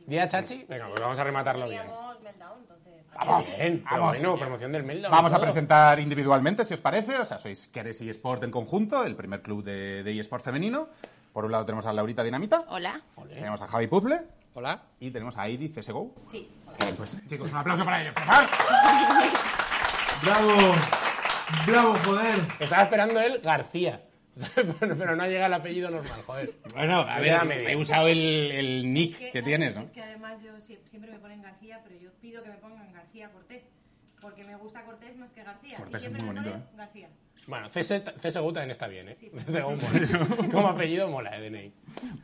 S2: ¿Día Chachi? Venga, pues vamos a rematarlo bien. Ah, pues
S1: Vamos,
S2: Bien, pero
S1: vamos.
S2: bueno, promoción del Meldo.
S1: Vamos a
S2: todo.
S1: presentar individualmente, si os parece. O sea, sois Queréis eSport en conjunto, el primer club de, de eSport femenino. Por un lado tenemos a Laurita Dinamita,
S9: Hola.
S1: tenemos a Javi Puzzle
S10: Hola.
S1: y tenemos a Iris CSGO.
S9: Sí.
S1: Eh, Pues chicos, un aplauso para ellos, por favor.
S3: ¡Bravo! ¡Bravo, joder!
S2: Estaba esperando él García. [LAUGHS] pero, pero no llega el apellido normal, joder.
S1: Bueno, a
S2: Me queda
S1: ver,
S2: medio.
S1: he usado el, el nick que
S10: ah,
S1: tienes, ¿no?
S10: Es que además yo sie- siempre me ponen García, pero yo pido que me pongan García Cortés. Porque me gusta Cortés más que García.
S1: Cortés
S10: y
S1: es
S10: siempre
S1: muy
S10: me
S1: bonito, ¿eh?
S10: ponen García.
S2: Bueno, CSU también está bien, [LAUGHS] ¿eh? CSU
S1: [LAUGHS]
S2: mola. Como apellido mola, eh, DNI.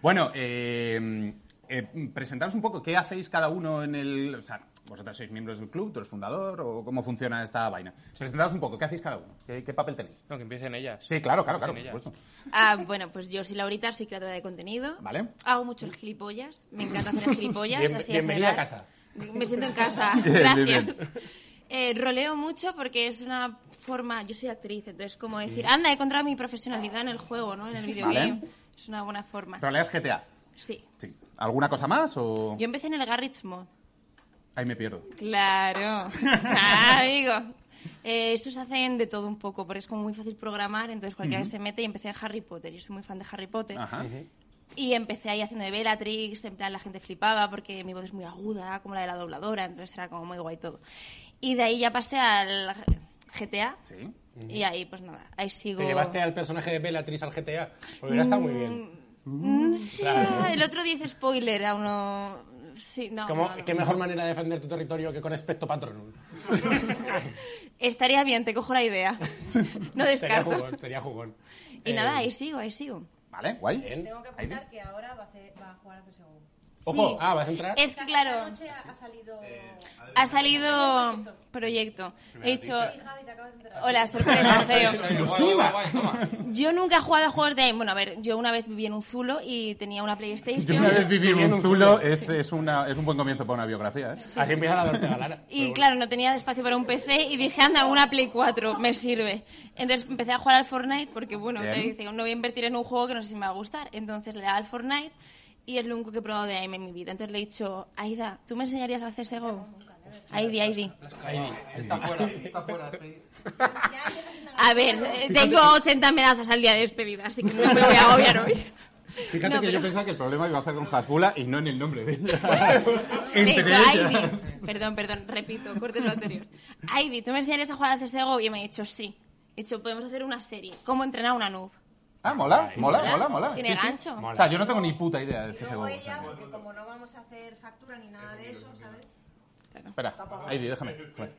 S1: Bueno, eh, eh, presentaros un poco qué hacéis cada uno en el... O sea, vosotros sois miembros del club, tú eres fundador, o cómo funciona esta vaina. Presentaros un poco, ¿qué hacéis cada uno? ¿Qué, qué papel tenéis?
S11: No, que empiecen ellas.
S1: Sí, claro, claro, claro, por
S11: Empiecen
S1: supuesto.
S12: Ah, bueno, pues yo soy Laurita, soy creadora de contenido.
S1: Vale.
S12: Hago mucho el gilipollas. Me encanta hacer el gilipollas.
S1: Bien-
S12: así en
S1: bienvenida a
S12: general.
S1: casa.
S12: Me siento en casa.
S1: Bien, [LAUGHS] bien, bien.
S12: Gracias. Eh, roleo mucho porque es una forma. Yo soy actriz, entonces, como decir, anda, he encontrado mi profesionalidad en el juego, ¿no? En el videogame.
S1: Vale.
S12: Es una buena forma.
S1: ¿Roleas GTA?
S12: Sí.
S1: Sí. ¿Alguna cosa más o...?
S12: Yo empecé en el Garage Mod.
S1: Ahí me pierdo.
S12: Claro. [LAUGHS] Ah, amigo. Eh, esos hacen de todo un poco, porque es como muy fácil programar, entonces cualquiera
S1: Ujú.
S12: se mete y empecé en Harry Potter. Yo soy muy fan de Harry Potter.
S1: Ajá.
S12: Y empecé ahí haciendo de Bellatrix, en plan la gente flipaba porque mi voz es muy aguda, como la de la dobladora, entonces era como muy guay todo. Y de ahí ya pasé al GTA.
S1: Sí.
S12: Y ahí, pues nada, ahí sigo.
S2: ¿Te llevaste al personaje de Bellatrix al GTA? Porque Pues hubiera estado muy bien.
S12: Mm, sí,
S2: Claro.
S12: el otro dice spoiler a uno. Sí, no.
S2: ¿Cómo-
S12: no, no.
S2: ¿Qué mejor manera de defender tu territorio que con
S12: [LAUGHS]
S2: aspecto patronum? [LAUGHS]
S12: Estaría bien, te cojo la
S2: [LAUGHS]
S12: idea. No
S2: Sería
S12: descarto.
S2: jugón, sería jugón.
S12: Y
S2: Eh,
S12: nada, ahí sigo, ahí sigo.
S1: Vale, guay.
S10: Tengo que apuntar que ahora va a, hacer- va a jugar a CSGO.
S2: Ojo, ah, ¿vas a entrar?
S12: Es que, claro.
S10: Esta noche ha ha salido...
S12: Ha salido proyecto. He dicho,
S10: Sí, Javi, te acabas de enterar.
S12: hola, sorpresa, feo.
S1: ¡Exclusiva!
S12: Yo nunca he jugado a juegos de... Bueno, a ver, yo una vez viví en un zulo y tenía una PlayStation.
S1: Yo una vez viví en un zulo, es, es, una, es un buen comienzo para una biografía, ¿eh?
S2: Así empieza la de Ortega Lara.
S12: Y claro, no tenía espacio para un PC y dije, anda, una Play 4, me sirve. Entonces empecé a jugar al Fortnite porque, bueno,
S1: Bien.
S12: te dice, no voy a invertir en un juego que no sé si me va a gustar. Entonces le daba al Fortnite y es lo único que he probado de AIM en mi vida. Entonces le he dicho, Aida, ¿tú me enseñarías a hacer CSGO? Aidi, Aidi.
S13: Está fuera, está fuera. sí.
S12: A ver, eh, tengo 80 amenazas al día de despedida, así que no me voy a agobiar hoy.
S1: Fíjate
S12: No,
S1: que yo
S12: pero-
S1: pensaba que el problema iba a estar con Hasbula y no en el nombre
S12: [LAUGHS]
S1: de ella.
S12: De
S1: [LAUGHS] [LAUGHS] Entre
S12: hecho,
S1: ellas.
S12: Aidi, perdón, perdón, repito, corte lo anterior. Aidi, ¿tú me enseñarías a jugar al CSGO? Y me ha dicho, sí. He dicho, podemos hacer una serie. ¿Cómo entrenar a una noob?
S1: Ah, mola, mola,
S12: Mola.
S1: mola, mola.
S12: Tiene gancho.
S1: O sea, yo no tengo ni puta idea de
S10: Y luego
S1: CSGO. o sea.
S10: ella, porque como no vamos a hacer factura ni nada de eso, ¿sabes?
S1: Espera, Aidi, déjame. Bueno.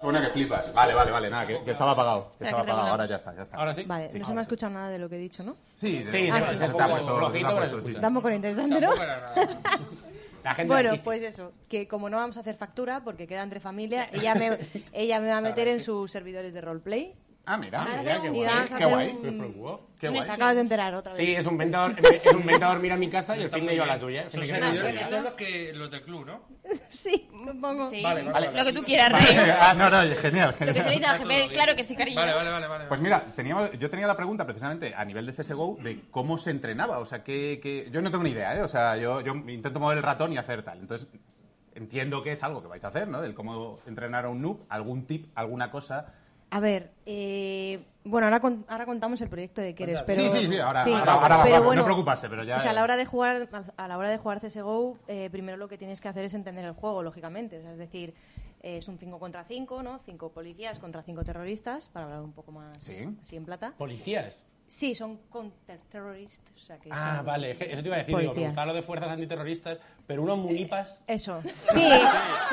S1: Suena que flipas. Vale, vale, vale, nada, que, que estaba apagado. Que
S10: Espera,
S1: estaba
S10: que
S1: apagado, ahora
S10: regulamos.
S1: ya está, ya está.
S2: Ahora sí.
S10: Vale, no se me ha escuchado nada de lo que he dicho, ¿no?
S1: Sí,
S2: Sí, se-
S10: Ah,
S2: se-
S10: sí.
S2: se está
S1: Tampoco
S2: puesto,
S1: flojito,
S2: se está
S1: pero
S2: puesto,
S1: se
S2: sí, sí.
S10: Tampoco era interesante, ¿no?
S2: La gente
S10: Bueno,
S2: aquí sí.
S10: pues eso, que como no vamos a hacer factura, porque queda entre familia, ella me, ella me va a meter en sus servidores de roleplay.
S1: Ah, mira,
S10: Ah,
S2: mira, qué
S10: y
S2: guay.
S10: vamos a
S2: Qué
S10: hacer
S2: guay.
S10: un-
S1: Qué guay.
S10: Te acabas de enterar otra vez.
S2: Sí, es un ventador, es un ventador mira a mi casa y el fin de yo a la tuya. ¿eh? Fin
S13: Son
S2: de yo a la
S13: servidores que
S2: tuya.
S13: son los, que, los del club, ¿no?
S10: [LAUGHS] Sí, supongo.
S12: Sí,
S13: Vale, vale.
S12: lo que tú quieras,
S1: Vale,
S12: Rey.
S1: [LAUGHS] ah, no, no, genial,
S12: Lo que se
S1: genial.
S12: necesita al jefe, E, claro que sí, cariño.
S13: Vale, vale, vale. vale.
S1: Pues mira, tenía- yo tenía la pregunta precisamente a nivel de CSGO de cómo se entrenaba. O sea, que, yo no tengo ni idea, ¿eh? O sea, yo, yo intento mover el ratón y hacer tal. Entonces, entiendo que es algo que vais a hacer, ¿no? Del cómo entrenar a un noob, algún tip, alguna cosa.
S10: A ver, eh, bueno, ahora, con- ahora contamos el proyecto de que eres, pero...
S1: Sí, sí, sí, ahora- ahora- ahora va, no preocuparse, pero ya-
S10: O sea, a la hora de jugar, a la hora de jugar CSGO, eh, primero lo que tienes que hacer es entender el juego, lógicamente. O sea, es decir, eh, es un 5 contra 5, ¿no? 5 policías contra 5 terroristas, para hablar un poco más
S2: Sí.
S10: así en plata.
S2: ¿Policías?
S10: Sí, son counter-terrorists. O sea, que
S2: Ah,
S10: son-
S2: vale, es que eso te iba a decir, digo, me
S10: Policías. Eh,
S2: gustaba lo de fuerzas antiterroristas, pero unos munipas...
S10: Eso. Sí,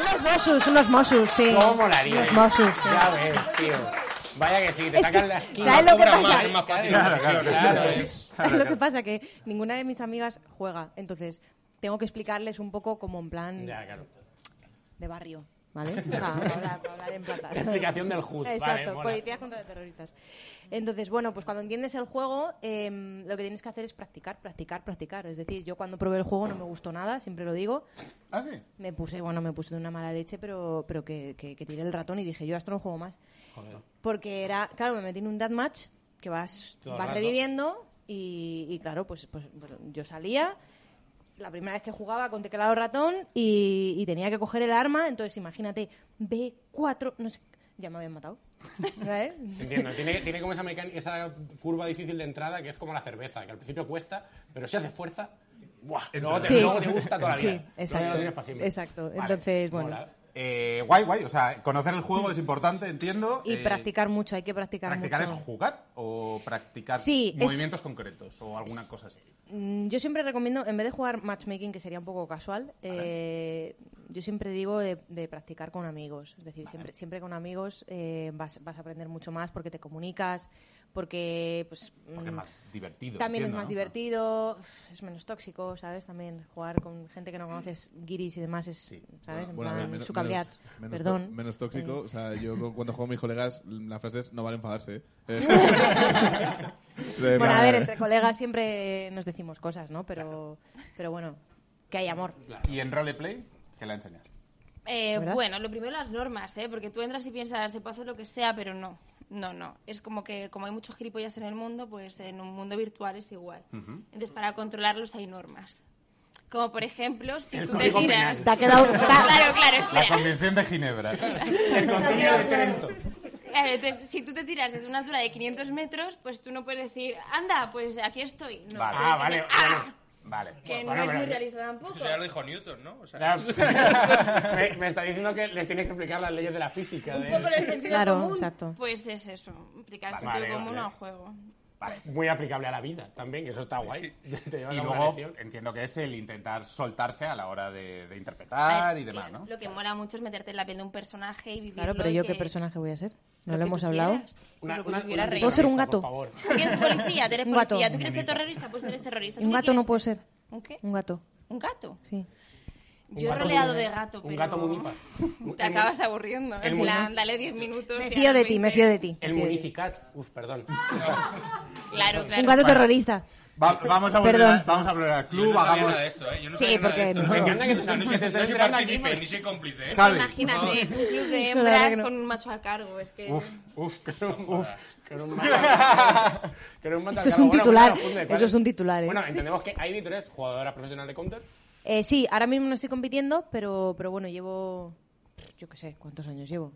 S10: unos Mossus, unos Mossus, sí.
S2: ¿Cómo molaría? eh?
S10: Unos Mossus, eh, sí.
S2: Ya ves, tío. Vaya que sí, te
S10: Es
S2: sacan
S10: que,
S2: la esquina.
S10: ¿sabes lo que
S2: Cobran
S10: pasa?
S2: más,
S10: Es más
S13: fácil
S2: Claro,
S13: la
S2: claro,
S13: versión,
S2: claro.
S13: claro,
S2: es-
S10: ¿Sabes [LAUGHS] lo que pasa? Que ninguna de mis amigas juega. Entonces, tengo que explicarles un poco como en plan
S2: Ya, claro.
S10: de barrio. ¿Vale? O sea, para hablar, para hablar en plata.
S2: La [LAUGHS] explicación del HUD, vale,
S10: Exacto,
S2: mola.
S10: policías contra terroristas. Entonces, bueno, pues cuando entiendes el juego, em, lo que tienes que hacer es practicar, practicar, practicar. Es decir, yo cuando probé el juego no me gustó nada, siempre lo digo.
S1: Ah, sí.
S10: Me puse, bueno, me puse de una mala leche, pero, pero que, que- que tiré el ratón y dije, yo a esto no juego más. Porque era, claro, me metí en un deathmatch que vas,
S12: Todo el
S10: vas
S12: rato.
S10: reviviendo y, y claro, pues, pues, bueno, yo salía. La primera vez que jugaba con teclado ratón y, y tenía que coger el arma, entonces imagínate, B4, no sé, ya me habían matado. [LAUGHS] ¿eh? ¿Sabes?
S2: Entiendo, tiene, tiene como esa, mecánica, esa curva difícil de entrada que es como la cerveza, que al principio cuesta, pero si haces fuerza, ¡buah! Luego te,
S10: Sí.
S2: luego te gusta toda la vida.
S10: Sí,
S2: Luego ya lo tienes para
S10: exacto.
S2: siempre.
S10: Exacto.
S2: Vale,
S10: Entonces, bueno,
S2: mola.
S9: Eh, guay, guay. O sea, conocer el juego es importante, entiendo.
S10: Y
S9: Eh,
S10: practicar mucho, hay que practicar,
S9: ¿Practicar
S10: mucho.
S9: es jugar o practicar
S10: Sí, es-
S9: movimientos concretos o alguna cosa así?
S10: Mm, Yo siempre recomiendo, en vez de jugar matchmaking, que sería un poco casual, eh, yo siempre digo de, de practicar con amigos. Es decir, siempre, siempre con amigos eh, vas, vas a aprender mucho más porque te comunicas, porque... Pues,
S9: Porque es
S10: mm,
S9: más divertido.
S10: También es
S9: entiendo,
S10: más
S9: ¿no?
S10: divertido, es menos tóxico, ¿sabes? También jugar con gente que no conoces, guiris y demás, es, ¿sabes? En
S3: Bueno, a
S10: plan,
S3: ver, menos-
S10: su cabriat.
S3: menos- menos
S10: Perdón.
S3: tó- menos tóxico. O sea, yo cu- cuando juego con mis colegas, la frase es no
S10: [LAUGHS]
S3: vale enfadarse. Eh, [LAUGHS]
S10: Eh, bueno, a ver, entre colegas siempre nos decimos cosas, ¿no? Pero, pero bueno, que hay amor.
S9: ¿Y en roleplay? ¿Qué la enseñas?
S12: Eh,
S10: ¿Verdad?
S12: bueno, lo primero las normas, ¿eh? Porque tú entras y piensas, se puede hacer lo que sea, pero no. No, no. Es como que, como hay muchos gilipollas en el mundo, pues en un mundo virtual es igual. Entonces, para controlarlos hay normas. Como, por ejemplo, si
S9: El
S12: tú te
S9: código
S12: tiras...
S9: penal.
S10: Te ha quedado-
S12: Claro, claro,
S9: La
S12: espera.
S9: Convención de Ginebra. El
S12: contenido del
S9: crento.
S12: Claro, entonces, si tú te tiras desde una altura de 500 metros, pues tú no puedes decir, anda, pues aquí estoy. No,
S9: Vale.
S12: puedes
S9: Ah, vale,
S12: decir, "Ah",
S9: Vale.
S12: Que no
S2: Bueno,
S12: es
S2: pero-
S12: muy realista tampoco.
S13: Eso ya lo dijo Newton, ¿no? O sea,
S2: Claro, me, me está diciendo que les tienes que explicar las leyes de la física.
S12: Un
S2: de-
S12: poco el sentido
S10: Claro,
S12: común,
S10: exacto.
S12: Pues es eso, aplicar el
S2: Vale,
S12: sentido
S2: vale,
S12: común
S2: vale.
S12: a un juego.
S2: Vale, muy aplicable a la vida también, que eso está guay. Te llevas
S9: Y
S2: a una
S9: luego
S2: lección.
S9: entiendo que es el intentar soltarse a la hora de, de interpretar
S12: Vale,
S9: y demás,
S12: claro,
S9: ¿no?
S12: Lo que mola mucho es meterte en la piel de un personaje y vivirlo.
S10: Claro, pero
S12: y
S10: yo
S12: que-
S10: qué personaje voy a ser? ¿No
S12: lo
S10: lo,
S12: que
S10: hemos
S12: tú
S10: hablado?
S12: quieras.
S2: Una-
S12: Lo que
S2: una-
S12: tú quieras,
S2: un
S12: rey.
S10: Puedo ser un
S2: terrorista,
S10: gato.
S2: por favor.
S12: ¿Tú
S2: [LAUGHS]
S12: quieres ser policía? ¿Tú eres
S10: Un gato.
S12: policía? ¿Tú quieres ser terrorista? Pues eres terrorista. ¿Tú
S10: Un
S12: qué
S10: gato no
S12: quieres
S10: puedo ser.
S12: ¿Un qué?
S10: Un gato.
S12: ¿Un gato?
S10: Sí.
S2: Un
S12: Yo he
S2: gato
S12: roleado
S2: muy-
S12: de gato, pero...
S2: Un gato muy impar.
S12: Te acabas aburriendo.
S2: El
S12: En
S2: mu-
S12: plan, dale 10 minutos.
S10: Me
S12: y
S10: fío
S12: a los
S10: de ti, me
S12: 20.
S10: fío de ti.
S2: El municicat. Uf, perdón.
S12: Claro, claro.
S10: Un gato
S9: Vale.
S10: terrorista.
S9: Va- vamos a volver,
S10: Perdón.
S9: a- vamos a volver al
S13: Yo
S9: club,
S13: no sabía
S9: vamos-
S13: nada de esto, ¿eh? Yo no
S10: Sí,
S13: sabía nada de
S10: porque-
S13: esto.
S10: Me
S2: encanta que te-
S13: No, no,
S2: que te
S13: no
S2: estés
S13: soy
S2: enterando aquí,
S13: partícipe,
S2: pues.
S13: ni soy cómplice. ¿eh?
S9: Javi.
S12: Imagínate, un club de
S10: La verdad
S12: hembras
S10: que no.
S12: con un macho a cargo. Es que...
S9: [LAUGHS]
S2: Uf, uf, que era un, uf, que era un macho- que era un macho
S10: Eso es
S2: alcalde.
S10: un
S2: Bueno,
S10: titular,
S2: bueno, apunte,
S10: eso
S2: claro.
S10: es un titular, ¿eh?
S2: Bueno, entendemos que hay editores, jugadoras profesionales
S9: [LAUGHS]
S2: de Counter.
S10: Eh, sí, ahora mismo no estoy compitiendo, pero, pero bueno, llevo... Yo qué sé, ¿cuántos años llevo?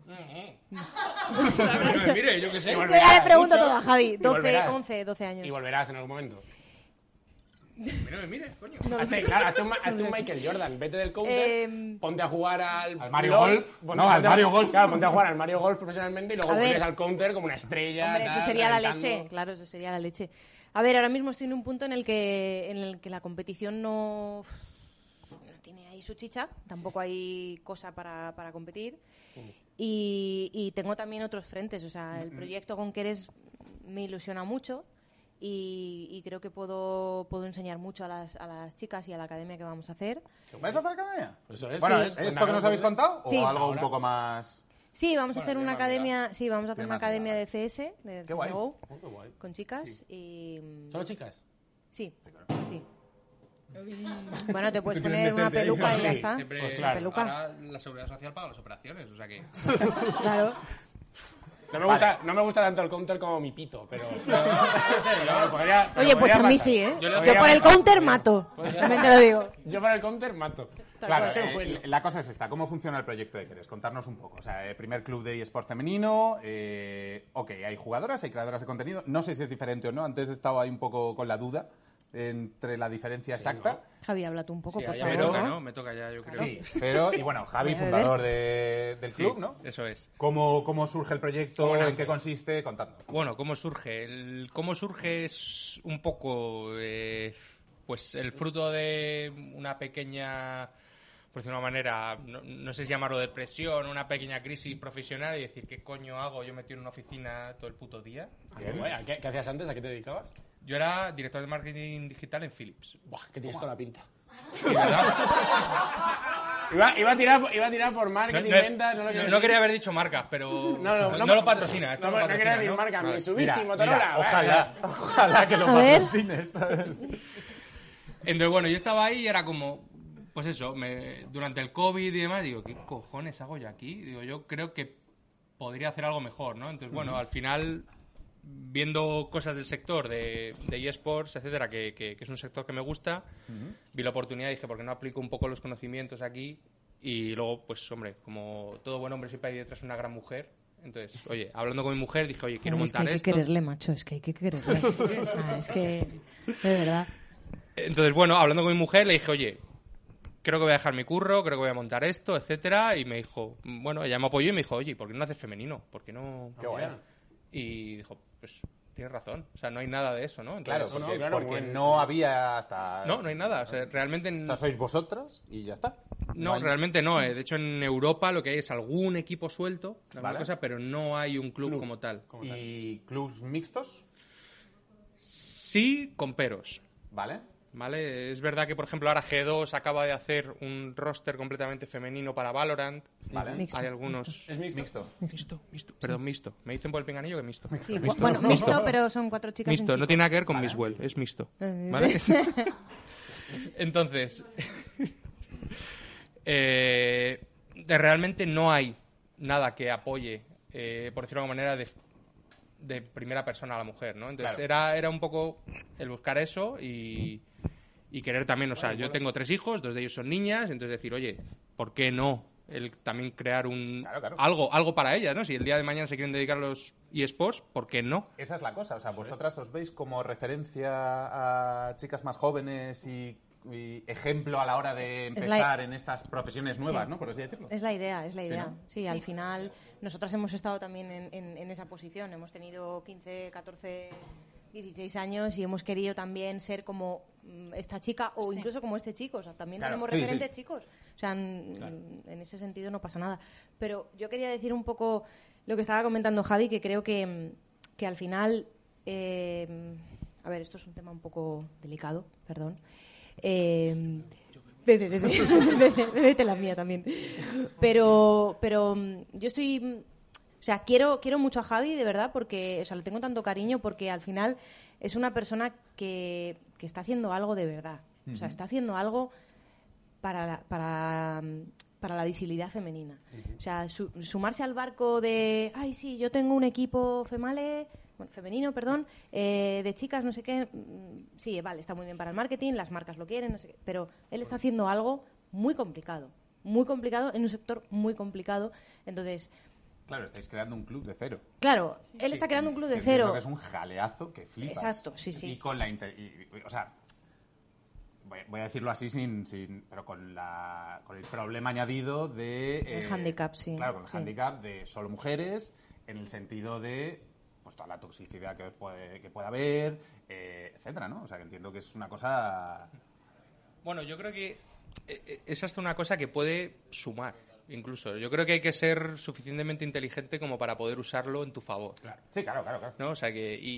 S9: Pues
S13: Mire, Mire, yo qué sé.
S2: Y
S10: Yo
S2: volverás
S10: ya le pregunto
S2: mucho,
S10: todo a Javi.
S2: y
S10: 12,
S2: volverás.
S10: 11, 12
S2: Y
S10: años.
S2: volverás en algún momento.
S13: Mire, mire, coño.
S2: Hazte, claro, hazte un, ma- hazte un Michael Jordan, vete del counter,
S10: Em,
S2: ponte a jugar al,
S9: Al Mario
S2: LOL,
S9: Golf.
S2: ponte-
S9: No, al
S2: ponte a-
S9: Mario Golf.
S2: Claro, ponte a jugar al Mario Golf profesionalmente y luego
S10: A ver.
S2: vuelves al counter como una estrella.
S10: Hombre, eso
S2: tal,
S10: sería la
S2: reventando.
S10: leche. Claro, eso sería la leche. A ver, ahora mismo estoy en un punto en el que, en el que la competición no, no tiene ahí su chicha. Tampoco hay cosa para, para competir. Y, y tengo también otros frentes. O sea, el proyecto con que eres me ilusiona mucho. Y, y creo que puedo, puedo enseñar mucho a las, a las chicas y a la academia que vamos a hacer.
S9: ¿Vais a hacer academia?
S2: Eso es.
S9: Bueno,
S2: Pues Sí.
S9: ¿es ¿esto que nos habéis contado?
S10: Sí.
S9: ¿O algo un poco más...?
S10: Sí, vamos
S13: Bueno,
S10: a hacer
S13: tiene
S10: una
S13: más vida.
S10: academia, sí, vamos a hacer
S9: Tiene
S10: una
S9: más vida,
S10: academia de
S9: vale.
S10: CS, de
S9: Qué guay.
S10: CSGO,
S2: Oh, qué guay.
S10: con chicas y mm,
S2: ¿Solo chicas?
S10: Sí, sí. Bueno, te puedes poner una
S9: entendí.
S10: peluca y ya
S2: Sí,
S10: está.
S13: Siempre
S2: Pues claro.
S10: Peluca.
S13: ahora la seguridad social paga las operaciones, o sea que...
S10: Claro.
S2: No me, gusta, no me gusta tanto el counter como mi pito, pero.
S13: [LAUGHS]
S2: pero podría- pero
S10: Oye, pues
S2: podría
S10: a mí
S2: pasar.
S10: sí, ¿eh?
S13: Yo
S10: Yo,
S13: le
S2: podría
S10: por el
S2: pasar.
S10: counter mato.
S2: Pues
S10: También te lo digo.
S2: Yo para el counter mato.
S9: Claro,
S2: Qué
S9: eh,
S2: bueno.
S9: la cosa es esta. ¿Cómo funciona el proyecto de Queres? Contarnos un poco. O sea, eh, primer club de eSport femenino. eh, ok, hay jugadoras, hay creadoras de contenido. No sé si es diferente o no. Antes he estado ahí un poco con la duda entre la diferencia exacta.
S10: Javi, habla tú un poco,
S13: Sí,
S10: por
S13: ya me toca,
S10: favor.
S13: ¿no? Me toca ya, yo creo.
S9: Sí, pero, y bueno,
S10: Voy
S9: Javi,
S10: [LAUGHS] a beber.
S9: fundador de- del
S13: Sí,
S9: club, ¿no?
S13: Eso es.
S9: ¿Cómo, cómo surge el proyecto?
S13: ¿Cómo nace?
S9: ¿En qué consiste? Contadnos.
S13: Bueno, ¿cómo surge? El, ¿Cómo surge es un poco eh, pues el fruto de una pequeña, por decirlo de una manera, no, no sé si llamarlo depresión, una pequeña crisis profesional y decir, ¿qué coño hago? Yo metido en una oficina todo el puto día.
S2: Qué guay. ¿A ¿Qué, qué hacías antes? ¿A qué te dedicabas?
S13: Yo era director de marketing digital en Philips.
S2: Buah, que tienes toda la pinta.
S13: Sí, ¿verdad?
S2: Iba, iba a tirar, por- iba a tirar por
S13: No,
S2: marketing,
S13: no-
S2: ventas, no lo
S13: no-
S2: quería
S13: no
S2: decir.
S13: quería haber dicho marcas, pero no,
S2: [LAUGHS] no, no-
S13: lo patrocina. esto
S2: No,
S13: no
S2: no
S13: lo
S2: quería
S13: patrocina,
S2: decir
S13: ¿no?
S2: marca,
S13: Vale.
S2: Mitsubishi, Motorola. ¿eh?
S9: Mira,
S2: vale,
S9: ojalá, ojalá que lo
S10: A ver.
S13: [LAUGHS]
S9: patrocines, ¿sabes?
S13: Entonces, bueno, yo estaba ahí y era como, pues eso, me- durante el COVID y demás, digo, ¿qué cojones hago yo aquí? Digo, yo creo que podría hacer algo mejor, ¿no? Entonces, bueno, al final, viendo cosas del sector de, de eSports, etcétera, que, que- que es un sector que me gusta, vi la oportunidad y dije, ¿por qué no aplico un poco los conocimientos aquí? Y luego, pues, hombre, como todo buen hombre siempre hay detrás una gran mujer. Entonces, oye, hablando con mi mujer, dije, oye, quiero
S10: Joder, es que
S13: montar
S10: hay que
S13: esto.
S10: quererle, macho, es que hay que quererle. Ah, es que, de verdad.
S13: Entonces, bueno, hablando con mi mujer, le dije, oye, creo que voy a dejar mi curro, creo que voy a montar esto, etcétera. Y me dijo, bueno, ella me apoyó y me dijo, oye, ¿por qué no haces femenino? ¿Por qué no...?
S9: [LAUGHS]
S1: Qué guay.
S13: Y dijo, pues tienes razón. O sea, no hay nada de eso, ¿no?
S1: Claro,
S13: Entonces-
S1: porque, porque no había hasta...
S13: No, no hay nada. O sea, realmente...
S1: O sea, sois vosotros y ya está.
S13: No,
S1: hay-
S13: realmente no. eh. De hecho, en Europa lo que hay es algún equipo suelto, alguna
S1: Vale.
S13: cosa, pero no hay un club, como tal.
S1: ¿Y clubs mixtos?
S13: Sí, con peros.
S1: Vale.
S13: Vale, es verdad que por ejemplo ahora G2 acaba de hacer un roster completamente femenino para Valorant.
S1: Vale. Mixto,
S13: Hay algunos.
S1: mixto. Es mixto.
S13: Mixto, mixto. Perdón, mixto. Me dicen por el pinganillo que mixto.
S10: Sí, bu- bueno, mixto, pero son cuatro chicas. y un
S13: Mixto, no
S10: chico.
S13: tiene nada que ver con Mixwell, es mixto.
S10: Eh. [LAUGHS]
S13: ¿Vale? Entonces, [LAUGHS] eh, de- realmente no hay nada que apoye, eh, por decirlo de alguna manera, de, de primera persona a la mujer, ¿no? Entonces
S1: Claro.
S13: era, era un poco el buscar eso y, y querer también, o sea, yo tengo tres hijos, dos de ellos son niñas, entonces decir, oye, ¿por qué no? El también crear un algo algo para ellas, ¿no? Si el día de mañana se quieren dedicar a los eSports, ¿por qué no?
S1: Esa es la cosa, o sea, vosotras os veis como referencia a chicas más jóvenes y, y ejemplo a la hora de
S10: Es la-
S1: empezar en estas profesiones nuevas,
S10: Sí.
S1: ¿no? Por así decirlo.
S10: Es la idea, es la
S1: Sí,
S10: idea. Sí,
S1: ¿no?
S10: al final nosotras hemos estado también en, en- en esa posición. Hemos tenido 15, 14, 16 años y hemos querido también ser como mm, esta chica o
S12: Sí.
S10: incluso como este chico. O sea, también
S12: Claro,
S10: tenemos
S12: sí,
S10: referentes
S12: sí.
S10: chicos. O sea, n- en ese sentido no pasa nada. Pero yo quería decir un poco lo que estaba comentando Javi, que creo que, [LAUGHS] mm, que al final... eh, a ver, esto es un tema un poco delicado, perdón. Eh, Vete, vete, vete, vete la mía también. Pero, pero mm, yo estoy, mm, o sea, quiero, quiero mucho a Javi, de verdad, porque, o sea, le tengo tanto cariño porque al final es una persona que, que está haciendo algo de verdad. O sea,
S12: Ujú.
S10: está haciendo algo para, la- para, mm, para la visibilidad femenina. O sea, su- sumarse al barco de, ay, sí, yo tengo un equipo female, bueno, femenino, perdón, eh, de chicas, no sé qué. mm, Sí, vale, está muy bien para el marketing, las marcas lo quieren, no sé qué, pero él está haciendo algo muy complicado, muy complicado, en un sector muy complicado. Entonces,
S1: Claro, estáis creando un club de cero.
S10: claro, él
S1: Sí,
S10: está creando un club de
S1: entiendo
S10: cero.
S1: que es un jaleazo que flipas.
S10: Exacto, sí, sí.
S1: Y con la... inte- y- y- o sea, voy, voy a decirlo así sin... sin pero con, la, con el problema añadido de... eh,
S10: El hándicap, sí,
S1: Claro, con el
S10: sí.
S1: handicap de solo mujeres, en el sentido de pues toda la toxicidad que, os puede, que pueda haber, eh, etcétera, ¿no? O sea, que entiendo que es una cosa...
S13: Bueno, yo creo que eh, eh, es hasta una cosa que puede sumar, incluso. Yo creo que hay que ser suficientemente inteligente como para poder usarlo en tu favor.
S1: Sí, claro, claro, claro.
S13: ¿no? O sea que, y,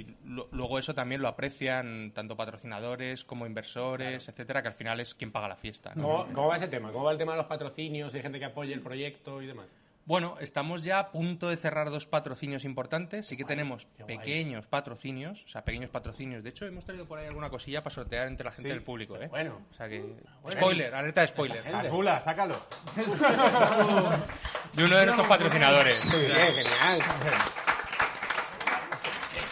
S13: y lo- luego eso también lo aprecian tanto patrocinadores como inversores, etcétera, que al final es quien paga la fiesta. ¿no?
S2: ¿Cómo, cómo va ese tema? ¿Cómo va el tema de los patrocinios? ¿Hay gente que apoya el proyecto y demás?
S13: Bueno, estamos ya a punto de cerrar dos patrocinios importantes. Sí que tenemos pequeños patrocinios, o sea, pequeños patrocinios. De hecho, hemos traído por ahí alguna cosilla para sortear entre la gente
S1: Sí,
S13: del público, ¿eh?
S2: bueno.
S13: O sea que...
S1: Bueno.
S13: Spoiler, alerta de spoiler.
S1: Las bulas, sácalo.
S13: De uno de nuestros patrocinadores.
S1: Sí, bien, genial.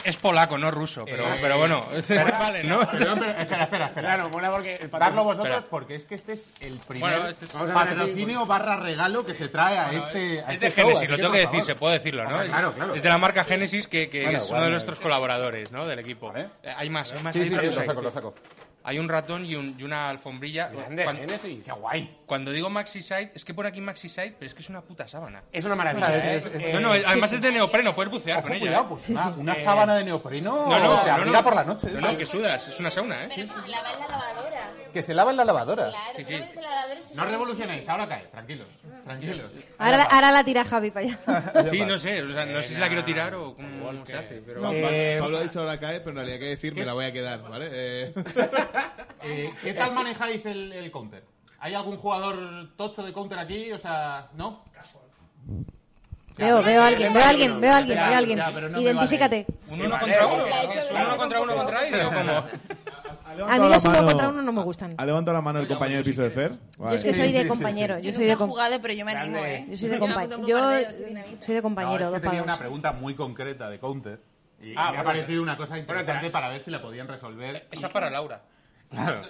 S13: Es polaco, no ruso, pero,
S1: Eh,
S13: pero bueno,
S1: espera,
S13: [LAUGHS] vale, ¿no?
S1: Perdón, pero espera, espera, espera.
S2: Claro, mola porque el patrón-
S1: Dadlo vosotros
S13: Espera.
S1: porque es que este es el primer
S13: Bueno, este es- Vamos a hacer
S1: patrocinio barra regalo que se trae a este a
S13: Es de
S1: este show,
S13: Génesis,
S1: así
S13: lo
S1: que,
S13: tengo que
S1: por
S13: decir,
S1: favor.
S13: se puede decirlo, ¿no?
S1: Hombre, claro, claro.
S13: Es de la marca Génesis, que, que- que
S1: Vale,
S13: es uno
S1: vale,
S13: de
S1: vale.
S13: nuestros colaboradores, ¿no? Del equipo. Eh, Hay más, hay más.
S1: Sí,
S13: hay
S1: sí,
S13: más,
S1: sí,
S13: hay
S1: lo
S13: más.
S1: saco, lo saco.
S13: Hay un ratón y, un- y una alfombrilla.
S2: Grande Génesis.
S1: Qué guay.
S13: Cuando digo MaxiSide, es que pone aquí MaxiSide, pero es que es una puta sábana.
S2: Es una maravilla, ¿eh? Es- es-
S13: no, no,
S2: eh,
S13: además
S2: sí, sí.
S13: es de neopreno, puedes bucear
S1: Ojo,
S13: con ella.
S1: cuidado,
S13: ¿eh?
S1: pues una- una sábana de neopreno te abriga por la noche,
S13: No,
S1: ¿eh?
S13: no, que sudas, es una sauna, ¿eh?
S12: Lava en la lavadora.
S1: Que se lava en la lavadora.
S12: Claro,
S13: Sí,
S12: sí,
S13: sí.
S12: la lavadora se
S1: No revolucionéis, ahora cae, tranquilos, tranquilos.
S10: Ahora, la- ahora la tira Javi para allá.
S13: Sí, no sé, o sea, no sé si la quiero tirar o cómo, cómo se hace. Pero...
S3: No,
S1: Eh,
S3: Pablo ha dicho ahora cae, pero en realidad hay que decir me la voy a quedar, ¿vale? Eh,
S1: Eh, ¿Qué tal manejáis el, el counter? ¿Hay algún jugador tocho de counter aquí? O sea, ¿no?
S10: Veo, veo a alguien, veo a alguien, veo a alguien,
S1: Ya,
S10: veo a alguien.
S1: ya, pero no me
S10: Identifícate.
S13: Un uno contra uno, es un uno contra uno
S1: [LAUGHS]
S13: contra él, digo, como...
S10: A mí los uno
S3: levantado la mano.
S10: contra uno no me gustan.
S3: ha levantado la mano el compañero de piso de Fer.
S10: Yo es que soy de compañero, yo soy de
S12: Nunca he
S10: com-
S12: jugado, pero yo me animo,
S10: Grande.
S12: ¿eh?
S10: Yo soy de
S12: me apunto a un
S10: compa- yo-
S12: bombardeo, soy dinamita.
S10: soy de compañero,
S1: no, es
S10: dos
S1: que tenía
S10: pagos.
S1: una pregunta muy concreta de counter. Y
S13: Ah,
S1: me ha
S13: bueno.
S1: parecido una cosa
S13: Bueno,
S1: interesante
S13: te la-
S1: para ver si la podían resolver.
S13: Esa es para Laura.
S9: Claro.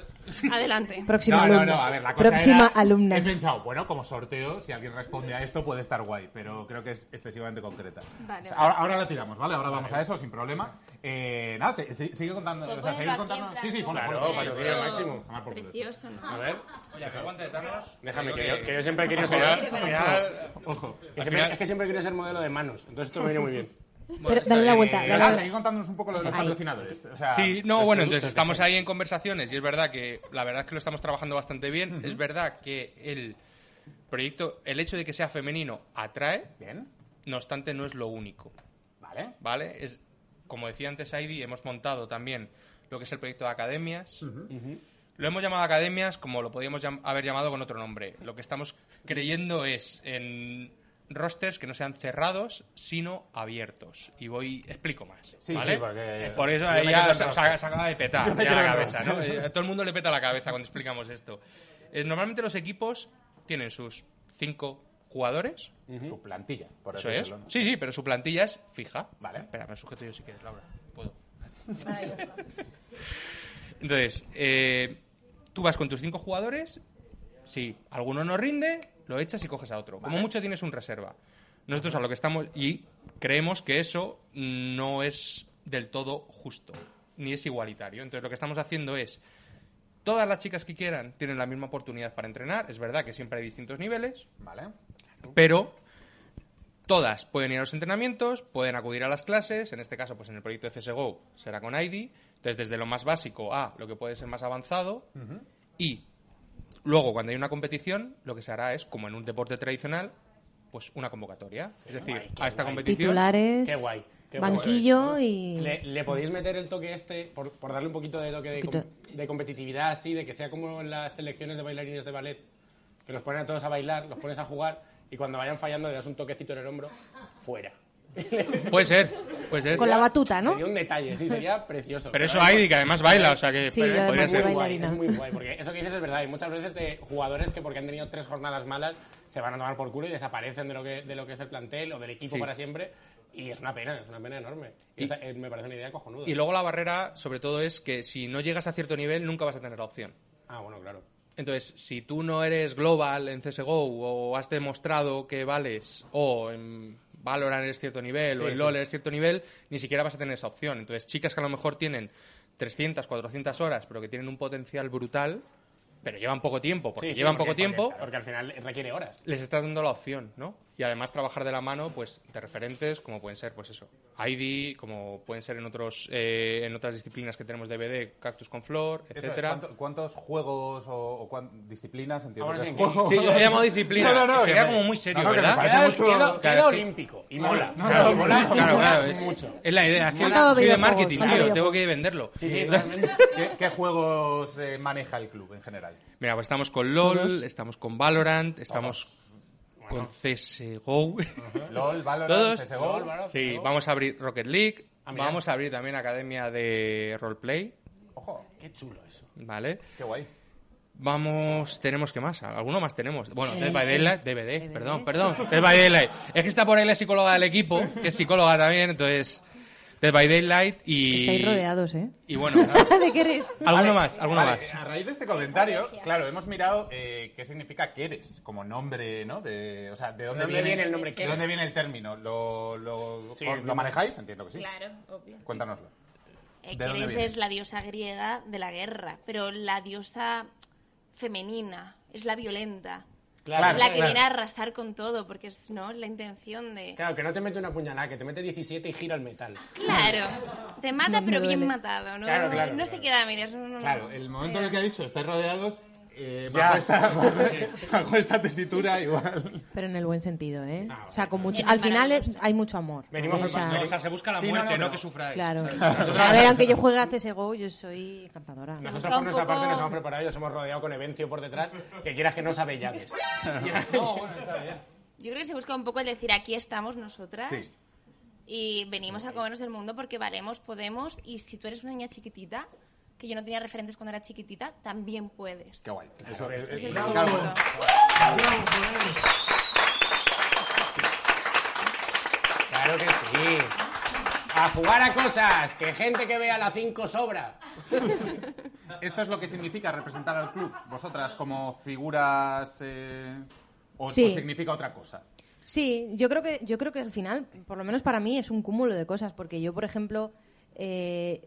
S12: Adelante.
S10: Próxima
S9: no, no,
S10: alumna.
S9: no, a ver, la cosa
S10: Próxima
S9: era-
S10: alumna.
S9: He pensado, bueno, como sorteo, si alguien responde a esto puede estar guay, pero creo que es excesivamente concreta.
S12: Vale,
S9: O sea,
S12: vale.
S9: Ahora, ahora la tiramos, ¿vale? Ahora vamos a eso sin problema. Eh, nada, se- se- sigue contando,
S12: Pues
S9: o sea,
S12: ponlo
S9: seguir
S12: aquí en
S9: contando.
S12: blanco,
S9: Sí, sí, ponlo,
S12: Claro,
S9: ponlo, ponlo.
S2: patrocinio máximo.
S9: Tomar por culo.
S12: Precioso, ¿no?
S9: A ver.
S13: Oye, que aguante de Thanos.
S2: Déjame,
S13: Creo
S2: que yo, que yo siempre he querido
S9: Ojo,
S2: ser.
S9: eh.
S2: al final-
S9: Ojo.
S2: Es que,
S9: Al
S2: es que siempre he querido ser modelo de manos. Entonces esto me viene
S13: [LAUGHS]
S2: muy bien.
S10: Pero dale la vuelta. dale la
S9: Venga,
S10: vuelta.
S9: seguid Eh, contándonos un poco lo de los
S10: Ahí.
S9: patrocinadores. O sea,
S13: sí,
S9: los
S13: no, bueno,
S9: productos
S13: entonces
S9: que
S13: estamos
S9: hacéis.
S13: ahí en conversaciones y es verdad que la verdad es que lo estamos trabajando bastante bien. Es verdad que el proyecto, el hecho de que sea femenino atrae,
S9: Bien,
S13: no obstante, no es lo único.
S9: vale.
S13: ¿Vale? Es, como decía antes Heidi, hemos montado también lo que es el proyecto de academias. Lo hemos llamado academias como lo podíamos llam- haber llamado con otro nombre. Lo que estamos creyendo es en rosters que no sean cerrados, sino abiertos. Y voy, explico más.
S9: Sí,
S13: ¿vale?
S9: sí, porque-
S13: Eh, Por eso
S9: Yo me
S13: a
S9: quedo
S13: ella
S9: en
S13: se, se
S9: roster.
S13: acaba de petar
S9: Yo me
S13: ya
S9: quedo
S13: la
S9: en
S13: cabeza, ¿no?
S9: roster.
S13: Eh, A todo el mundo le peta la cabeza cuando explicamos esto. Eh, normalmente los equipos tienen sus cinco jugadores,
S9: Su plantilla, por
S13: eso
S9: así
S13: es.
S9: decirlo, ¿no?
S13: Sí, sí, pero su plantilla es fija.
S9: Vale.
S13: Espera, me sujeto yo si quieres, Laura. Puedo. Entonces, eh, tú vas con tus cinco jugadores. Si alguno no rinde, lo echas y coges a otro. Como mucho tienes un reserva. Nosotros a lo que estamos. Y creemos que eso no es del todo justo. Ni es igualitario. Entonces, lo que estamos haciendo es. Todas las chicas que quieran tienen la misma oportunidad para entrenar. Es verdad que siempre hay distintos niveles
S9: Vale.
S13: pero todas pueden ir a los entrenamientos, pueden acudir a las clases, en este caso, pues en el proyecto de CSGO será con ID, entonces desde lo más básico a lo que puede ser más avanzado, y luego cuando hay una competición, lo que se hará es, como en un deporte tradicional, pues una convocatoria. Es decir, a esta competición...
S10: Titulares,
S2: Qué guay, qué guay.
S10: banquillo y...
S2: ¿Le, le podéis meter el toque este, por, por darle un poquito de toque de, com- de competitividad, así, de que sea como en las selecciones de bailarines de ballet, que los ponen a todos a bailar, los pones a jugar y cuando vayan fallando le das un toquecito en el hombro, fuera.
S13: Puede ser, puede ser.
S10: Con la batuta, ¿no?
S2: Sería un detalle, sí,
S10: [LAUGHS]
S2: sería precioso.
S13: Pero eso ID, que además baila, o sea que
S10: Sí,
S13: pero
S10: yo
S13: podría
S10: además
S13: ser...
S10: bailo.
S2: guay,
S10: bailarina.
S2: es muy guay, porque eso que dices es verdad. Hay muchas veces de jugadores que porque han tenido tres jornadas malas se van a tomar por culo y desaparecen de lo que, de lo que es el plantel o del equipo
S13: Sí.
S2: para siempre. Y es una pena, es una pena enorme. Y,
S13: Y-
S2: esta- eh, me parece una idea cojonuda.
S13: Y luego la barrera, sobre todo, es que si no llegas a cierto nivel, nunca vas a tener la opción.
S2: Ah, bueno, claro.
S13: Entonces, si tú no eres global en CSGO o has demostrado que vales o en Valorant eres cierto nivel
S2: Sí,
S13: o en
S2: sí.
S13: LoL eres cierto nivel, ni siquiera vas a tener esa opción. Entonces, chicas que a lo mejor tienen 300, 400 horas, pero que tienen un potencial brutal, pero llevan poco tiempo, porque
S2: Sí, sí,
S13: llevan poco tiempo,
S2: Porque, porque al final requiere horas.
S13: les estás dando la opción, ¿no? Y además trabajar de la mano, pues, de referentes, como pueden ser, pues eso, ID, como pueden ser en otros eh, en otras disciplinas que tenemos de BD, Cactus con Flor,
S9: Eso es,
S13: etcétera.
S9: ¿cuánto- ¿Cuántos juegos o, o cuán- disciplinas entiendo
S2: Ahora
S9: que
S2: sí,
S9: es
S2: que-
S9: juego?
S13: Sí, yo
S9: [LAUGHS]
S13: he llamado disciplina.
S9: No, no, no,
S13: que
S9: que
S13: queda
S9: me-
S13: como muy serio,
S9: no, no, que me
S13: ¿verdad?
S9: parece
S2: Queda,
S9: mucho-
S2: queda- queda
S13: claro, es que-
S2: olímpico y mola.
S9: no,
S2: Claro,
S9: no,
S2: mola,
S9: no,
S2: mola
S13: Claro, claro, es,
S2: mucho.
S13: es la idea. Es que
S10: Falta
S13: soy de
S10: videojuegos,
S13: marketing,
S10: falta
S13: tío. Tengo
S10: videojuegos.
S13: que venderlo.
S2: Sí, sí, totalmente.
S9: ¿Qué, qué juegos eh, maneja el club en general?
S13: Mira, pues estamos con LOL, estamos con Valorant, estamos con CSGO.
S9: LOL, Valorant,
S13: Todos.
S9: CSGO.
S13: [LAUGHS] Sí, vamos a abrir Rocket League.
S2: Ah, mira.
S13: Vamos a abrir también Academia de Roleplay.
S9: Ojo,
S2: Qué chulo eso.
S13: ¿Vale?
S9: qué guay.
S13: Vamos, tenemos que más, alguno más tenemos. Bueno,
S10: Eh,
S13: Dead by Daylight, DVD,
S10: DVD.
S13: perdón, perdón, Dead by Daylight. Es que está por ahí la psicóloga del equipo, que es psicóloga también, entonces Dead by Daylight y
S10: Estáis rodeados, ¿eh?
S13: y bueno,
S10: [LAUGHS] ¿De qué eres?
S13: alguno
S9: Vale,
S13: más, alguno
S9: vale,
S13: más.
S9: A raíz de este comentario, claro, hemos mirado eh, qué significa que eres como nombre, ¿no? De, o sea, ¿de dónde,
S2: ¿Dónde viene el nombre
S9: de
S2: Keres?
S9: dónde viene el término? ¿Lo, lo,
S2: Sí,
S9: ¿lo
S2: el nombre.
S9: manejáis? Entiendo que sí.
S12: Claro, obvio.
S9: Cuéntanoslo.
S12: Eh,
S9: ¿De dónde
S12: Keres
S9: viene?
S12: es la diosa griega de la guerra, pero la diosa femenina es la violenta.
S2: Claro,
S12: es la que
S2: claro.
S12: viene a arrasar con todo, porque es no es la intención de.
S2: Claro, que no te mete una puñalada, que te mete 17 y gira el metal.
S12: Claro, te mata,
S10: Me
S12: pero bien
S10: duele.
S12: matado, ¿no?
S2: Claro,
S12: no
S2: claro,
S12: no se
S2: claro.
S12: queda a medias. no, no, no.
S9: Claro, el momento en el que ha dicho, estáis rodeados, eh, [LAUGHS]
S2: Ya.
S9: bajo, esta, bajo esta tesitura igual.
S10: Pero en el buen sentido, ¿eh?
S13: Ah,
S10: O sea, con
S12: Y
S10: mucho...
S12: es
S10: Al final es-
S12: maravilloso.
S10: hay mucho amor.
S2: Venimos
S10: ¿eh? O
S2: en
S10: sea,
S2: plan-
S13: O sea, se busca la
S9: Sí, no,
S13: muerte,
S9: no,
S13: no
S9: pero-
S13: que sufráis.
S10: Claro. A ver, aunque yo juegue a CSGO, yo soy encantadora.
S12: Sí.
S10: ¿no?
S2: Nosotros
S12: Está
S2: por
S12: un
S2: nuestra
S12: poco-
S2: parte nos hemos preparado y os hemos rodeado con Evencio por detrás, que quieras que no sabe llaves.
S13: [LAUGHS] No, bueno, está bien.
S12: Yo creo que se busca un poco el decir aquí estamos nosotras
S9: Sí.
S12: y venimos a comernos el mundo porque valemos, podemos y si tú eres una niña chiquitita, que yo no tenía referentes cuando era chiquitita, también puedes.
S9: [LAUGHS] Qué guay. Eso es-
S12: Es
S9: es-
S12: el
S9: claro,
S12: conjunto.
S2: Claro que sí. A jugar a cosas, que gente que vea la 5 sobra.
S9: esto es lo que significa representar al club. Vosotras como figuras eh, o,
S10: Sí.
S9: o significa otra cosa.
S10: Sí, yo creo que yo creo que al final, por lo menos para mí, es un cúmulo de cosas, porque yo, por ejemplo, eh,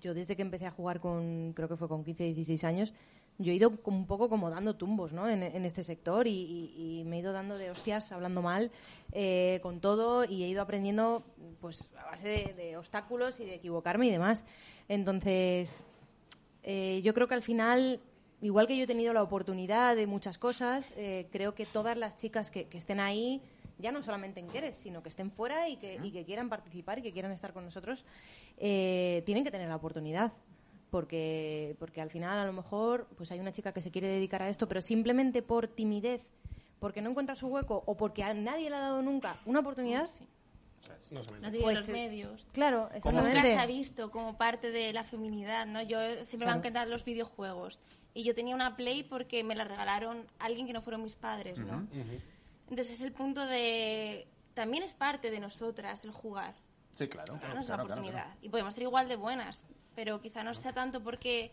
S10: yo desde que empecé a jugar con, creo que fue con 15, 16 años, yo he ido como un poco como dando tumbos, ¿no? En, en este sector y, y- y me he ido dando de hostias, hablando mal, eh, con todo y he ido aprendiendo, pues, a base de, de obstáculos y de equivocarme y demás. Entonces, eh, yo creo que al final, igual que yo he tenido la oportunidad de muchas cosas, eh, creo que todas las chicas que, que estén ahí, ya no solamente en Queres, sino que estén fuera y que, y que quieran participar y que quieran estar con nosotros, eh, tienen que tener la oportunidad. Porque, porque al final, a lo mejor, pues hay una chica que se quiere dedicar a esto, pero simplemente por timidez, porque no encuentra su hueco o porque a nadie le ha dado nunca una oportunidad,
S12: No tiene
S10: Pues,
S12: los
S10: eh,
S12: medios.
S10: claro, exactamente.
S12: Nunca se ha visto como parte de la feminidad, ¿no? Yo eh, siempre me
S10: Claro.
S12: han encantado los videojuegos. Y yo tenía una Play porque me la regalaron alguien que no fueron mis padres, ¿no? Entonces es el punto de... También es parte de nosotras el jugar.
S9: Sí, claro.
S12: Darnos la oportunidad. Y podemos ser igual de buenas, pero quizá no sea tanto porque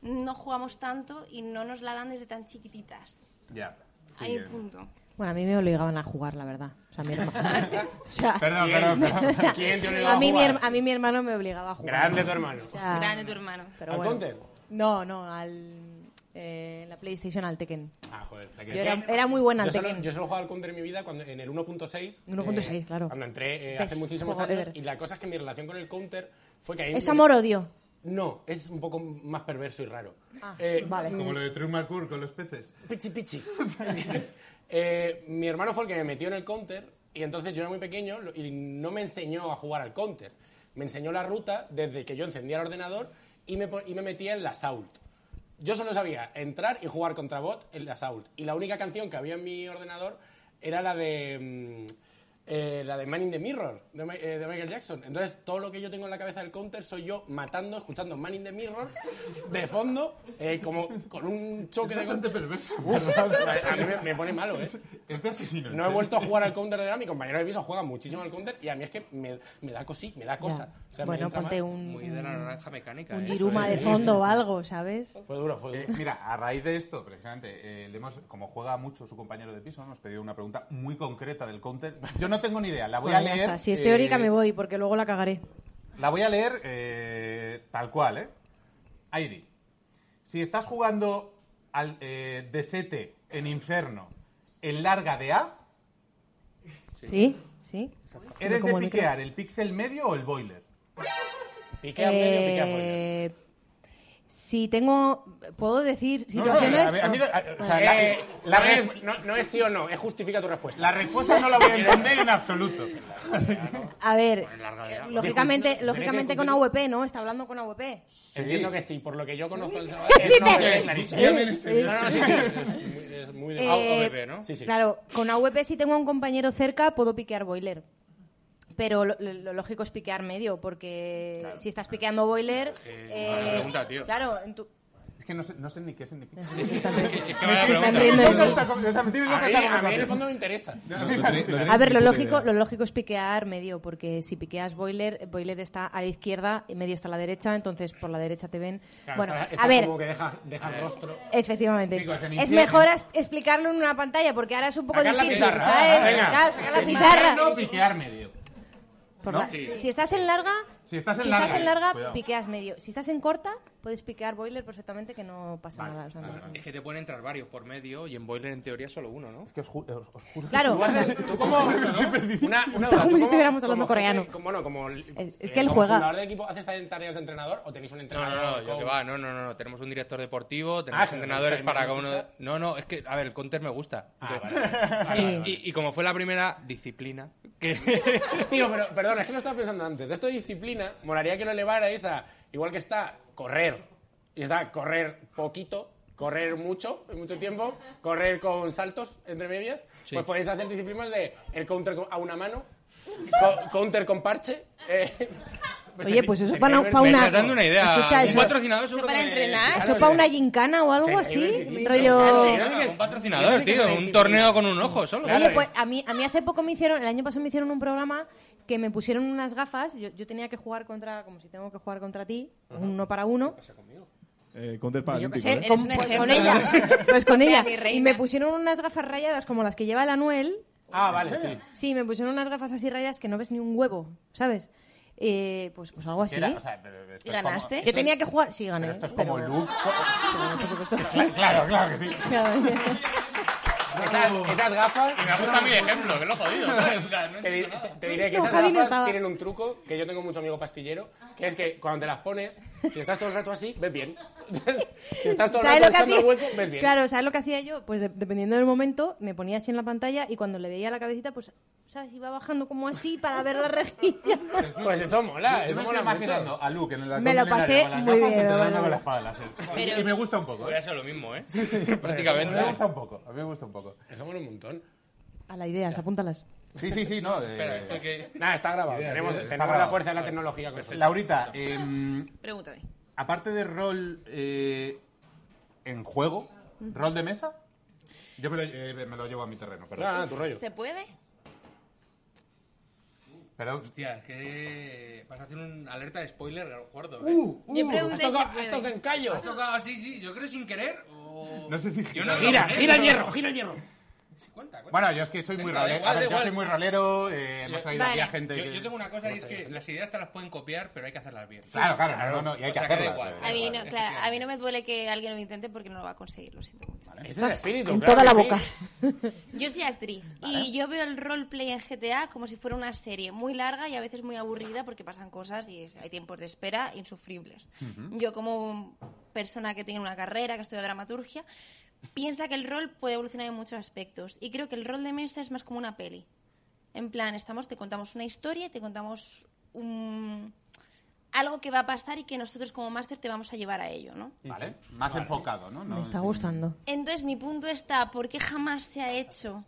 S12: no jugamos tanto y no nos la dan desde tan chiquititas.
S9: Ya. Sí,
S12: Ahí
S9: eh.
S12: un punto.
S10: Bueno, a mí me obligaban a jugar, la verdad. O sea, mi hermano. O sea-
S9: Perdón,
S10: [LAUGHS]
S9: perdón, perdón.
S2: ¿Quién te
S10: a,
S2: obligaba
S10: mí
S2: a
S10: mi
S2: jugar?
S10: her- a mí mi hermano me obligaba a jugar.
S2: Grande tu hermano.
S10: O sea,
S12: Grande tu hermano.
S10: Ah. Pero
S2: ¿Al
S10: bueno.
S2: Counter?
S10: No, no, al. eh, la PlayStation al Tekken.
S2: Ah, joder, la que
S10: Yo
S2: sí.
S10: era, era muy buena al
S2: Yo solo,
S10: Tekken.
S2: yo solo jugaba al Counter en mi vida cuando, en el 1.6.
S10: 1.6, claro.
S2: Cuando entré eh,
S10: PES,
S2: hace muchísimos
S10: juego
S2: años.
S10: ever.
S2: Y la cosa es que mi relación con el Counter fue que ahí...
S10: Es amor-odio.
S2: No, es un poco más perverso y raro.
S10: Ah,
S2: Eh,
S10: vale.
S9: Como lo de Drew McCool con los peces.
S2: Pichi, pichi. [LAUGHS] Eh, mi hermano fue el que me metió en el counter y entonces yo era muy pequeño lo- y no me enseñó a jugar al counter. Me enseñó la ruta desde que yo encendía el ordenador y me, po- y me metía en la Assault. Yo solo sabía entrar y jugar contra bot en la Assault. Y la única canción que había en mi ordenador era la de... mm, eh, la de Man in the Mirror, de, Ma- eh, de Michael Jackson. Entonces, todo lo que yo tengo en la cabeza del counter soy yo matando, escuchando Man in the Mirror de fondo, eh, como con un choque
S9: [LAUGHS]
S2: de...
S9: Bastante
S2: [LAUGHS]
S9: perverso.
S2: Uf, a mí me, me pone malo, ¿eh?
S9: Es de ¿eh? asesino.
S2: No he vuelto a jugar al counter de nada. Mi compañero de piso juega muchísimo al counter y a mí es que me, me da cosí, me da cosa. O sea, me
S10: Bueno,
S2: entra
S10: ponte
S2: mal.
S10: un- Muy de la naranja
S13: mecánica.
S10: Un
S9: eso
S10: diruma
S9: es.
S10: de fondo o algo, ¿sabes?
S2: Fue duro, fue duro.
S9: Eh, mira, a raíz de esto, precisamente, eh, le hemos, como juega mucho su compañero de piso, nos pidió una pregunta muy concreta del counter. Yo no tengo ni idea, la voy
S10: Bueno,
S9: a
S10: ya
S9: leer.
S10: está. Si es
S9: eh,
S10: teórica, me voy, porque luego la cagaré.
S9: La voy a leer eh, tal cual, ¿eh? Airi, si estás jugando al eh, DCT en Inferno en larga de A,
S10: ¿Sí? ¿Sí? Me
S9: ¿eres de
S10: como el micro.
S9: piquear el pixel medio o el boiler?
S2: Piquea medio, piquea
S10: Eh, Si tengo. ¿Puedo decir
S9: No, no,
S10: situaciones?
S9: a ver, a mí- a- o sea, la-
S2: Eh,
S9: la
S2: no,
S9: res-
S2: es, no, no es sí o no, es justifica tu respuesta.
S9: La respuesta no la voy a entender en absoluto.
S10: A ver,
S2: larga de
S10: eh,
S2: edad.
S10: lógicamente,
S2: Definir-
S10: lógicamente
S2: definir-
S10: con AWP, ¿no? Está hablando con AWP.
S2: Entiendo que sí, por lo que
S10: [LAUGHS]
S2: yo conozco al chaval.
S10: ¿Qué
S2: Es, no,
S10: dices?
S13: Eh,
S2: es clarísimo.
S10: Bien en este
S2: No, no, sí, sí. Es muy, es muy
S13: Ah,
S2: de.
S10: Eh,
S2: Sí, sí.
S10: Claro, con AWP si tengo a un compañero cerca puedo piquear boiler. Pero lo, lo- lo lógico es piquear medio, porque si estás piqueando boiler... eh,
S13: Ah,
S9: mala pregunta, tío.
S13: [LAUGHS]
S10: Claro, en tu-
S9: Es que no sé, no sé ni qué significa.
S2: es que
S9: Me
S2: mala pregunta.
S9: tiene
S2: Están
S9: loca
S2: riendo.
S9: esta con- o sea, me tiene
S2: Eh, A
S9: loca
S2: mí-
S9: esta
S2: a mí en el
S9: conversación.
S2: fondo me interesa.
S9: No, a mí me interesa.
S10: A ver, lo lógico, lo lógico es piquear medio, porque si piqueas boiler, eh, boiler está a la izquierda y medio está a la derecha, entonces por la derecha te ven.
S2: Claro,
S10: bueno,
S2: está- está
S10: a ver,
S2: Como que deja, deja el rostro.
S10: efectivamente.
S2: Chicos, en
S10: es
S2: infierno-
S10: mejor as- explicarlo en una pantalla, porque ahora es un poco
S2: Sacar la
S10: difícil,
S2: pizarra,
S10: ¿sabes?
S2: venga.
S10: Claro, sacar la
S9: En
S10: pizarra.
S9: largo, piquear medio.
S10: Por
S9: ¿No?
S10: la-
S9: Sí.
S10: Si estás en larga,
S9: Si estás en larga, cuidado.
S10: piqueas medio. Si estás en corta, puedes piquear boiler perfectamente que no pasa nada. o sea, no-
S13: Es que te pueden entrar varios por medio y en boiler en teoría solo uno, ¿no? Es
S9: que os, juro.
S10: Claro.
S2: Tú, vas a- tú como. Una, una
S10: Está
S2: duda,
S10: como
S2: tú
S10: si estuviéramos hablando
S2: jefe-
S10: coreano.
S2: como- bueno, como.
S10: Es- es
S2: eh,
S10: que él
S2: como
S10: juega.
S2: fundador del equipo, ¿haces también tareas de entrenador o tenéis un
S13: No,
S2: entrenador? Ah,
S13: no, no, yo
S2: coach?
S13: que va, no, no, no, no, tenemos un director deportivo, tenemos
S2: Ah, que
S13: entrenadores
S2: está en
S13: para cada
S2: Madrid,
S13: uno.
S2: ¿sabes?
S13: No, no, es que, a ver, el counter me gusta.
S2: Ah,
S13: Entonces-
S2: vale, vale, vale,
S13: Y-
S2: vale.
S13: y- y como fue la primera disciplina, que
S2: Tío, pero perdón, es que lo estaba pensando antes. De esto de disciplina, molaría que lo elevarais a. Igual que está correr. Y está correr poquito, correr mucho, en mucho tiempo, correr con saltos entre medias.
S13: Sí.
S2: Pues podéis hacer disciplinas de el counter con- a una mano, co- counter con parche.
S10: [LAUGHS]
S2: eh, pues
S10: Oye,
S2: sería-
S10: pues eso
S2: sería
S10: para,
S2: ver-
S10: para una.
S13: Me estás dando una idea.
S10: Escucha,
S13: Un
S10: eso-
S13: patrocinador seguro
S12: para
S13: que me-
S12: entrenar.
S10: ¿Eso para una gincana o algo así? Rollo.
S13: Un patrocinador, tío. Un torneo con un ojo solo.
S10: Oye, pues a mí, a mí hace poco me hicieron, el año pasado me hicieron un programa que me pusieron unas gafas, yo, yo tenía que jugar contra, como si tengo que jugar contra ti, uno para uno.
S3: eh,
S10: Yo
S3: counter
S10: qué
S3: paralímpico.
S10: sé,
S3: ¿eh?
S10: eres un Pues ejemplo.
S12: [LAUGHS]
S10: con ella, pues con
S12: De
S10: ella.
S12: mi reina.
S10: Y me pusieron unas gafas rayadas como las que lleva el Anuel.
S2: Ah, vale, sí.
S10: Sí, me pusieron unas gafas así rayadas que no ves ni un huevo, ¿sabes? Eh, pues, pues algo así.
S1: Era- o sea, pero esto es como-
S10: Yo tenía que jugar. Sí, gané. ¿eh?
S1: Pero esto es como
S10: pero-
S1: Luke.
S10: Pero, por supuesto.
S1: [LAUGHS]
S10: [LAUGHS]
S1: Cla- Claro, claro que sí.
S2: Esas, esas gafas.
S13: Me gusta mi ejemplo, que lo he jodido. ¿sabes? O sea, no he
S2: Te, di-
S13: dicho nada.
S2: te diré que
S13: No,
S2: esas
S13: Javi no
S2: gafas
S13: estaba.
S2: tienen un truco que yo tengo mucho amigo pastillero, que es que cuando te las pones, si estás todo el rato así, ves bien. [LAUGHS] si estás todo el
S10: ¿Sabes lo
S2: rato
S10: que
S2: buscando
S10: hacía?
S2: el hueco, ves bien.
S10: Claro, ¿sabes lo que hacía yo? Pues de- dependiendo del momento, me ponía así en la pantalla y cuando le veía la cabecita, pues, ¿sabes? Iba bajando como así para ver la rejilla.
S2: Pues eso mola,
S1: Yo
S2: eso mola
S1: me estoy
S2: mucho.
S1: imaginando a Luke en el
S10: Me lo
S1: contra
S10: pasé
S1: binario con las
S10: muy
S1: gafas
S10: bien,
S1: entrenando
S10: bueno.
S1: con la espada láser.
S13: Pero-
S1: Y me gusta un poco.
S13: Hubiera
S1: ¿eh?
S13: sido lo mismo, ¿eh? [LAUGHS] Prácticamente.
S2: Pues,
S1: Me gusta un poco, a mí me gusta un poco.
S2: Eso mola un montón.
S10: [LAUGHS] A la idea, apúntalas.
S1: Sí, sí, sí, no. eh,
S2: Espera, esto que- Nada, está grabado.
S1: Ideas,
S2: tenemos
S1: ideas, está
S2: tenemos la
S1: grabado.
S2: fuerza de la tecnología con nosotros.
S1: Laurita, em,
S12: Pregúntame.
S1: aparte de rol eh, en juego, rol de mesa, yo me lo, eh, me lo llevo a mi terreno, perdón.
S13: Ah,
S12: ¿Se puede?
S1: Perdón.
S13: Hostia, es que vas a hacer un alerta de spoiler al gordo. ¿eh?
S1: Uh,
S12: Yo uh. pregunté
S13: ¿Has
S12: si
S13: tocado-
S12: se
S13: has
S12: puede.
S13: tocado en callo? ¿Has tocado sí, sí, yo creo sin querer? o-
S1: No sé si
S13: Yo no
S1: gira,
S13: creo.
S1: gira el hierro, gira
S2: el hierro.
S1: Bueno, yo es que soy muy
S13: Da
S1: rolero.
S13: igual,
S1: A ver,
S13: da
S1: yo
S13: igual.
S1: soy muy rolero, eh, hemos traído aquí a gente
S13: yo,
S1: que...
S13: yo tengo una cosa y es que las ideas te las pueden copiar, pero hay que hacerlas bien.
S1: Claro, claro, no, no, no, y hay
S13: O
S1: que
S13: sea, da
S1: hacerlas,
S13: igual.
S1: eh.
S12: A mí, no,
S13: Vale.
S12: claro, a mí no me duele que alguien lo intente porque no lo va a conseguir, lo siento mucho.
S2: Ese es el espíritu,
S10: En
S2: claro
S10: toda la
S2: que sí.
S10: boca.
S12: Yo soy actriz
S10: Vale.
S12: y yo veo el roleplay en GTA como si fuera una serie muy larga y a veces muy aburrida porque pasan cosas y hay tiempos de espera insufribles.
S10: Ujú.
S12: Yo como persona que tiene una carrera, que estudia dramaturgia, piensa que el rol puede evolucionar en muchos aspectos y creo que el rol de mesa es más como una peli. En plan, estamos, te contamos una historia, y te contamos un- algo que va a pasar y que nosotros como máster te vamos a llevar a ello, ¿no?
S1: Vale, más enfocado, ¿no? No,
S10: Me está
S1: sí.
S10: gustando.
S12: Entonces mi punto está, ¿por qué jamás se ha hecho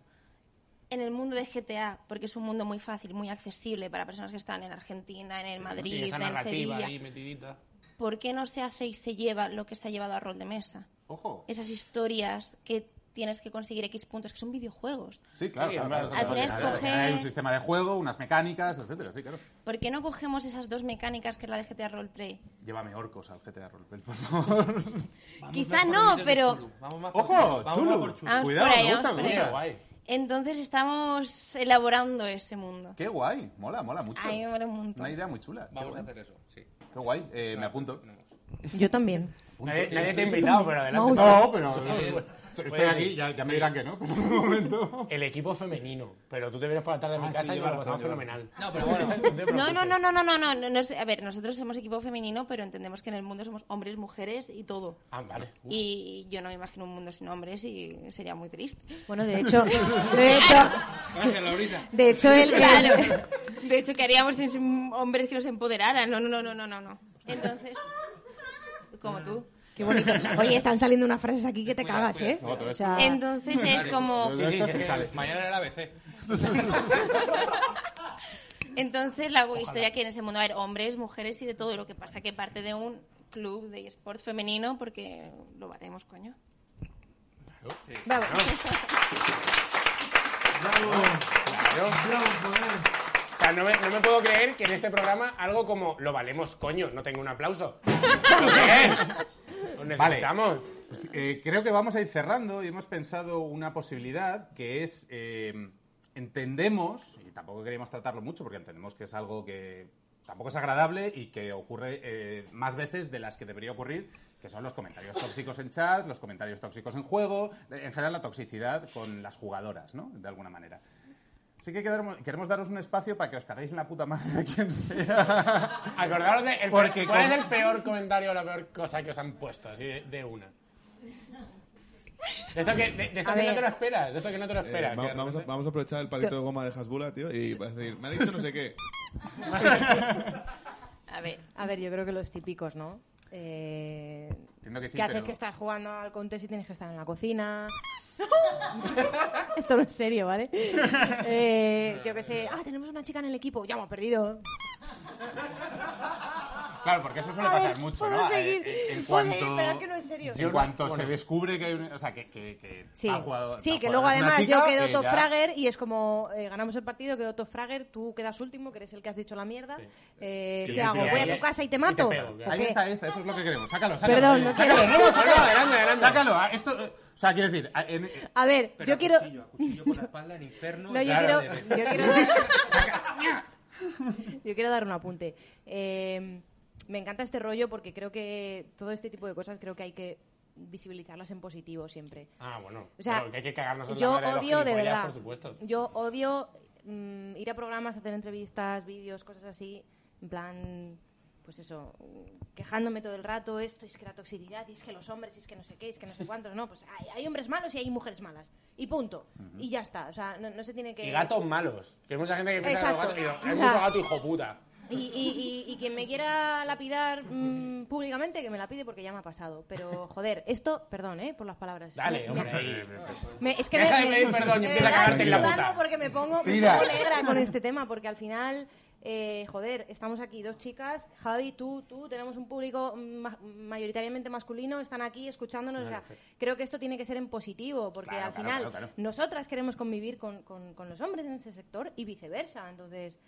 S12: en el mundo de GTA? Porque es un mundo muy fácil, muy accesible para personas que están en Argentina, en el
S2: Y
S12: Madrid,
S2: esa
S12: en
S2: narrativa
S12: Sevilla.
S2: ahí metidita.
S12: ¿Por qué no se hace y se lleva lo que se ha llevado a rol de mesa?
S1: Ojo.
S12: Esas historias que tienes que conseguir X puntos, que son videojuegos.
S1: Sí, claro.
S12: Sí, claro,
S1: claro, claro,
S12: al final
S1: claro,
S12: escoger-
S1: claro. Hay un sistema de juego, unas mecánicas, etcétera, sí, claro.
S12: ¿Por qué no cogemos esas dos mecánicas que es la de GTA Roleplay?
S1: Llévame orcos al GTA Roleplay, por favor.
S12: Quizá no, pero...
S1: ¡Ojo! ¡Chulo!
S12: Vamos
S1: Cuidado,
S12: por ahí,
S1: me gusta,
S12: vamos
S1: me
S12: por ahí.
S1: gusta. Guay.
S12: Entonces estamos elaborando ese mundo.
S1: ¡Qué guay! Mola, mola mucho.
S12: A mí me mola un montón.
S1: Una idea muy chula. Qué
S13: Vamos a
S1: guay.
S13: hacer eso, sí.
S1: Qué guay, eh, me apunto.
S10: [LAUGHS] Yo también.
S2: Nadie, nadie
S1: [LAUGHS]
S2: te ha invitado, pero adelante.
S10: Me gusta.
S1: No, pero- Estoy aquí, ya- ya me dirán que no, pero [LAUGHS] un momento.
S2: El equipo femenino, pero tú te vienes por la tarde a mi
S1: Ah,
S2: casa y nos
S1: sí,
S2: lo
S1: lleva
S2: pasamos
S1: razón,
S2: fenomenal.
S13: No,
S2: [LAUGHS]
S13: pero bueno.
S2: te
S12: No, no,
S2: preocupes.
S12: no, no, no, no, no, no, no sé. A ver, nosotros somos equipo femenino, pero entendemos que en el mundo somos hombres, mujeres y todo.
S2: Ah, vale.
S12: Y yo no me imagino un mundo sin hombres y sería muy triste.
S10: Bueno, de
S13: [LAUGHS]
S10: hecho, [LAUGHS] de hecho,
S13: Gracias, Laurita.
S10: de hecho él.
S12: [LAUGHS]
S10: [LAUGHS]
S12: Claro. De hecho, ¿qué haríamos sin- sin hombres que nos empoderaran? No, no, no, no, no, no, no. Entonces, como tú.
S10: Qué bonito. Oye, están saliendo unas frases aquí que te
S12: Ah,
S10: cagas, ¿eh?
S1: No, todo
S10: O
S1: esto.
S10: sea,
S12: Entonces es como...
S1: Sí, sí, sí, sí, sale.
S13: Mañana en el ABC.
S12: Entonces, la historia que hay en ese mundo, a ver, hombres, mujeres y de todo lo que pasa, que parte de un club de esports femenino porque lo valemos, coño.
S10: bravo.
S2: Claro. O sea, no me, no me puedo creer que en este programa algo como lo valemos, Pues, coño, no tengo un aplauso. [LAUGHS] Lo necesitamos.
S1: Pues, eh, creo que vamos a ir cerrando y hemos pensado una posibilidad que es, eh, entendemos, y tampoco queríamos tratarlo mucho porque entendemos que es algo que tampoco es agradable y que ocurre eh, más veces de las que debería ocurrir, que son los comentarios tóxicos en chat, los comentarios tóxicos en juego, en general la toxicidad con las jugadoras, ¿no? De alguna manera. Así que quedarmo- queremos daros un espacio para que os cagáis en la puta madre de quien sea.
S2: Acordaros de el
S1: Porque
S2: peor- cuál es
S1: con-
S2: el peor comentario o la peor cosa que os han puesto, así de, de una. De esto que, de, de esto
S10: A
S2: que no
S10: ver.
S2: te lo esperas, de esto que no te lo
S3: Eh,
S2: esperas.
S3: va-
S2: que-
S3: vamos, a, vamos a aprovechar el palito de goma de Hasbula, tío, y vas a decir, me ha dicho no sé qué.
S12: A ver,
S10: A ver, yo creo que los típicos, ¿no? Eh,
S1: Entiendo que sí,
S10: haces
S1: pero-
S10: que estás jugando al contest y tienes que estar en la [LAUGHS] cocina. Esto no es serio, ¿vale? Eh, yo que sé, ah, tenemos una chica en el equipo, ya hemos perdido.
S9: Claro, porque eso suele
S10: A
S9: pasar
S10: ver,
S9: mucho,
S10: ¿puedo
S9: ¿no?
S10: seguir?
S9: Eh, En
S10: ¿Puedo
S9: cuanto,
S10: seguir? Pero es que no, en serio.
S9: En
S10: Bueno.
S9: cuanto se
S10: Bueno.
S9: descubre que hay un, o sea, que, que, que
S10: Sí,
S9: ha jugado.
S10: sí
S9: ha
S10: que
S9: jugado-
S10: luego
S9: es una
S10: además yo
S9: chica
S10: quedo
S9: que
S10: top
S9: ya-
S10: fragger y es como eh, ganamos el partido, quedo top fragger, tú quedas último, que eres el que has dicho la mierda. Eh,
S9: Y
S10: ¿Qué
S9: ahí-
S10: hago?
S9: y
S10: ¿Voy
S9: ahí-
S10: a tu casa y te mato?
S9: pego.
S10: ¿O
S9: Ahí
S10: qué?
S9: está, ahí está, eso es lo que queremos. Sácalo, sácalo.
S10: Perdón,
S9: eh,
S10: no
S9: sácalo,
S10: quiero.
S9: sácalo, sácalo,
S10: No, adelante, adelante.
S9: Sácalo, ah, esto, eh, o sea, quiero decir, ah, en- eh,
S10: A ver, yo quiero... No, yo
S9: Claro,
S10: quiero,
S9: de-
S10: yo quiero dar, yo quiero dar un apunte. Eh, me encanta este rollo porque creo que todo este tipo de cosas creo que hay que visibilizarlas en positivo siempre.
S2: Ah, bueno.
S10: O sea,
S2: Pero que hay que cagarnos en la
S10: yo
S2: madre de los
S10: odio de
S2: gilipollas,
S10: verdad.
S2: por supuesto.
S10: Yo odio mm, ir a programas, hacer entrevistas, vídeos, cosas así, en plan, pues eso, mm, quejándome todo el rato, esto es que la toxicidad, y es que los hombres, y es que no sé qué, y es que no sé cuántos, no, pues hay, hay hombres malos y hay mujeres malas. Y punto. Y ya está. O sea, no, no se tiene que...
S2: Y gatos malos. Que hay mucha gente que
S10: Eh.
S2: piensa que los
S10: Exacto.
S2: gatos. y yo, Hay
S10: Ya.
S2: mucho gato hijo puta.
S10: Y, y- y- y quien me quiera lapidar mm, públicamente, que me la pide porque ya me ha pasado. Pero, joder, esto, perdón, ¿eh? Por las palabras.
S2: Dale,
S10: Me-
S2: hombre.
S10: me-
S2: ahí.
S10: me- Eh, es que
S2: Deja
S10: me,
S2: de
S10: me-
S2: pedir perdón
S10: de
S2: y empieza a
S10: verdad,
S2: cagarte en la
S10: estoy
S2: puta.
S10: sudando porque me pongo, me
S2: Tira.
S10: pongo negra con este tema, porque al final, eh, joder, estamos aquí dos chicas, Javi, tú, tú, tenemos un público ma- ah, mayoritariamente masculino, están aquí escuchándonos. o sea, creo que esto tiene que ser en positivo, porque
S14: Claro,
S10: al
S14: claro,
S10: final
S14: claro, claro.
S10: nosotras queremos convivir con, con- con los hombres en ese sector y viceversa. Entonces,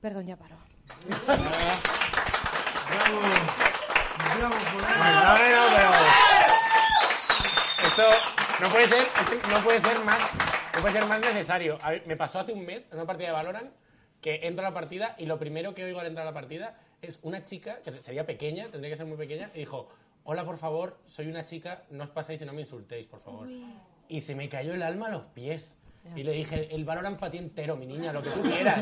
S10: perdón, ya paro.
S2: Bueno, no, no, no, pero. Esto no puede ser, esto no puede ser más, no puede ser más necesario. A ver, me pasó hace un mes en una partida de Valorant que entro a la partida y lo primero que oigo al entrar a la partida es una chica que sería pequeña, tendría que ser muy pequeña, y dijo: Hola, por favor, soy una chica, no os paséis y no me insultéis, por favor. Y se me cayó el alma a los pies. Y le dije, el Valorant para ti entero, mi niña, lo que tú quieras.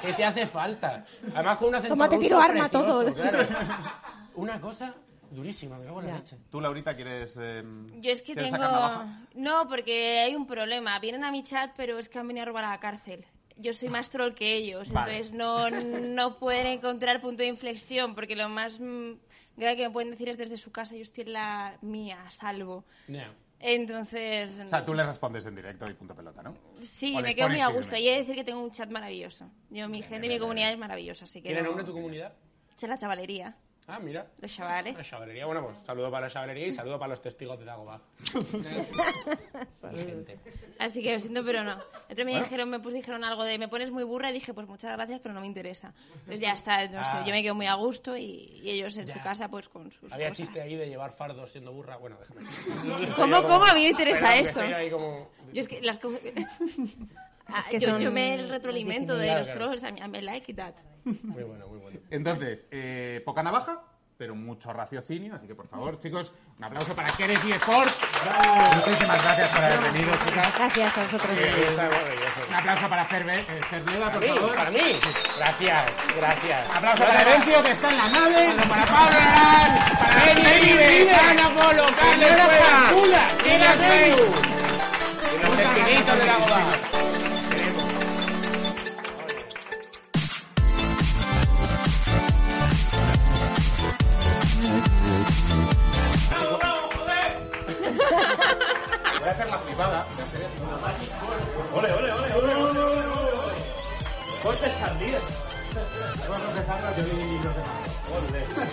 S2: ¿Qué te hace falta? Además con un acento
S10: Toma, te
S2: ruso
S10: tiro arma,
S2: precioso,
S10: todo.
S2: claro.
S12: [LAUGHS]
S2: Una cosa durísima, me cago en la leche.
S9: Tú, Laurita, quieres. eh,
S12: Yo es que
S9: ¿quieres
S12: tengo...
S9: sacar navaja?
S12: No, porque hay un problema. Vienen a mi chat, pero es que han venido a robar a la cárcel. Yo soy
S9: [LAUGHS]
S12: más troll que ellos,
S9: Vale.
S12: entonces no, no pueden encontrar punto de inflexión, porque lo más mm, grave que me pueden decir es desde su casa, yo estoy en la mía, a salvo. Entonces...
S9: O sea, tú le respondes en directo y punto pelota, ¿no?
S12: Sí,
S9: O les
S12: me quedo
S9: pones
S12: muy a
S9: firme.
S12: gusto. Y he de decir que tengo un chat maravilloso. Yo, mi gente y mi comunidad es maravillosa, así que...
S2: ¿Tiene
S12: no-
S2: nombre tu comunidad?
S12: Es la chavalería.
S2: Ah, mira.
S12: Los
S2: [LAUGHS]
S12: chavales.
S2: La chavalería. Bueno, pues saludo para la chavalería y saludo para los testigos de Dagoba. gente.
S12: Así que lo siento, pero no. Entonces me
S2: Bueno.
S12: dijeron, me pus- dijeron algo de me pones muy burra y dije, pues muchas gracias, pero no me interesa. Entonces ya está, no
S2: Ah.
S12: sé, yo me quedo muy a gusto y, y ellos en
S2: Ya.
S12: su casa pues con sus
S2: Había
S12: cosas.
S2: chiste ahí de llevar fardos siendo burra. Bueno, [LAUGHS] déjame.
S12: ¿Cómo,
S2: Yo como-
S12: cómo? A mí me interesa
S2: [LAUGHS] Perdón, que
S12: eso.
S2: estoy ahí como-
S12: Yo es que las co- Ah,
S10: Es que
S12: yo,
S10: son-
S12: yo me retroalimento de
S9: Claro,
S12: los
S9: claro.
S12: trolls, a mí- a mí me like that.
S2: Muy bueno, muy bueno.
S9: Entonces, eh, poca navaja, pero mucho raciocinio, así que por favor, chicos, un aplauso para Keres y Sport. Muchísimas gracias por haber venido, chicas.
S10: Gracias a vosotros.
S9: Eh, un aplauso para Ferbe, eh, Ferleda, por
S2: Para mí,
S9: favor.
S2: para mí. Gracias, gracias.
S9: Aplauso para Evencio, que está en la nave. Para Pablo Arán, para
S2: Beni
S9: Beni,
S2: Vives,
S9: Ana Polo, Carlos
S2: Señora
S9: Cuevas,
S2: Pula,
S9: Kira
S2: Kira Feu.
S9: Feu.
S2: Y los testigitos de Dagoba.
S9: Voy a hacer la flipada.
S15: Ole, ole, ole, ole, ole, ole, ole, ole. Corta el charlín.
S9: Vamos a empezar, yo vi los demás.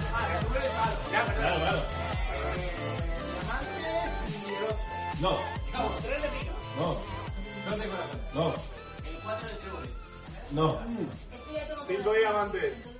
S15: Claro, claro. No. No. No. No.
S16: Cinco diamantes.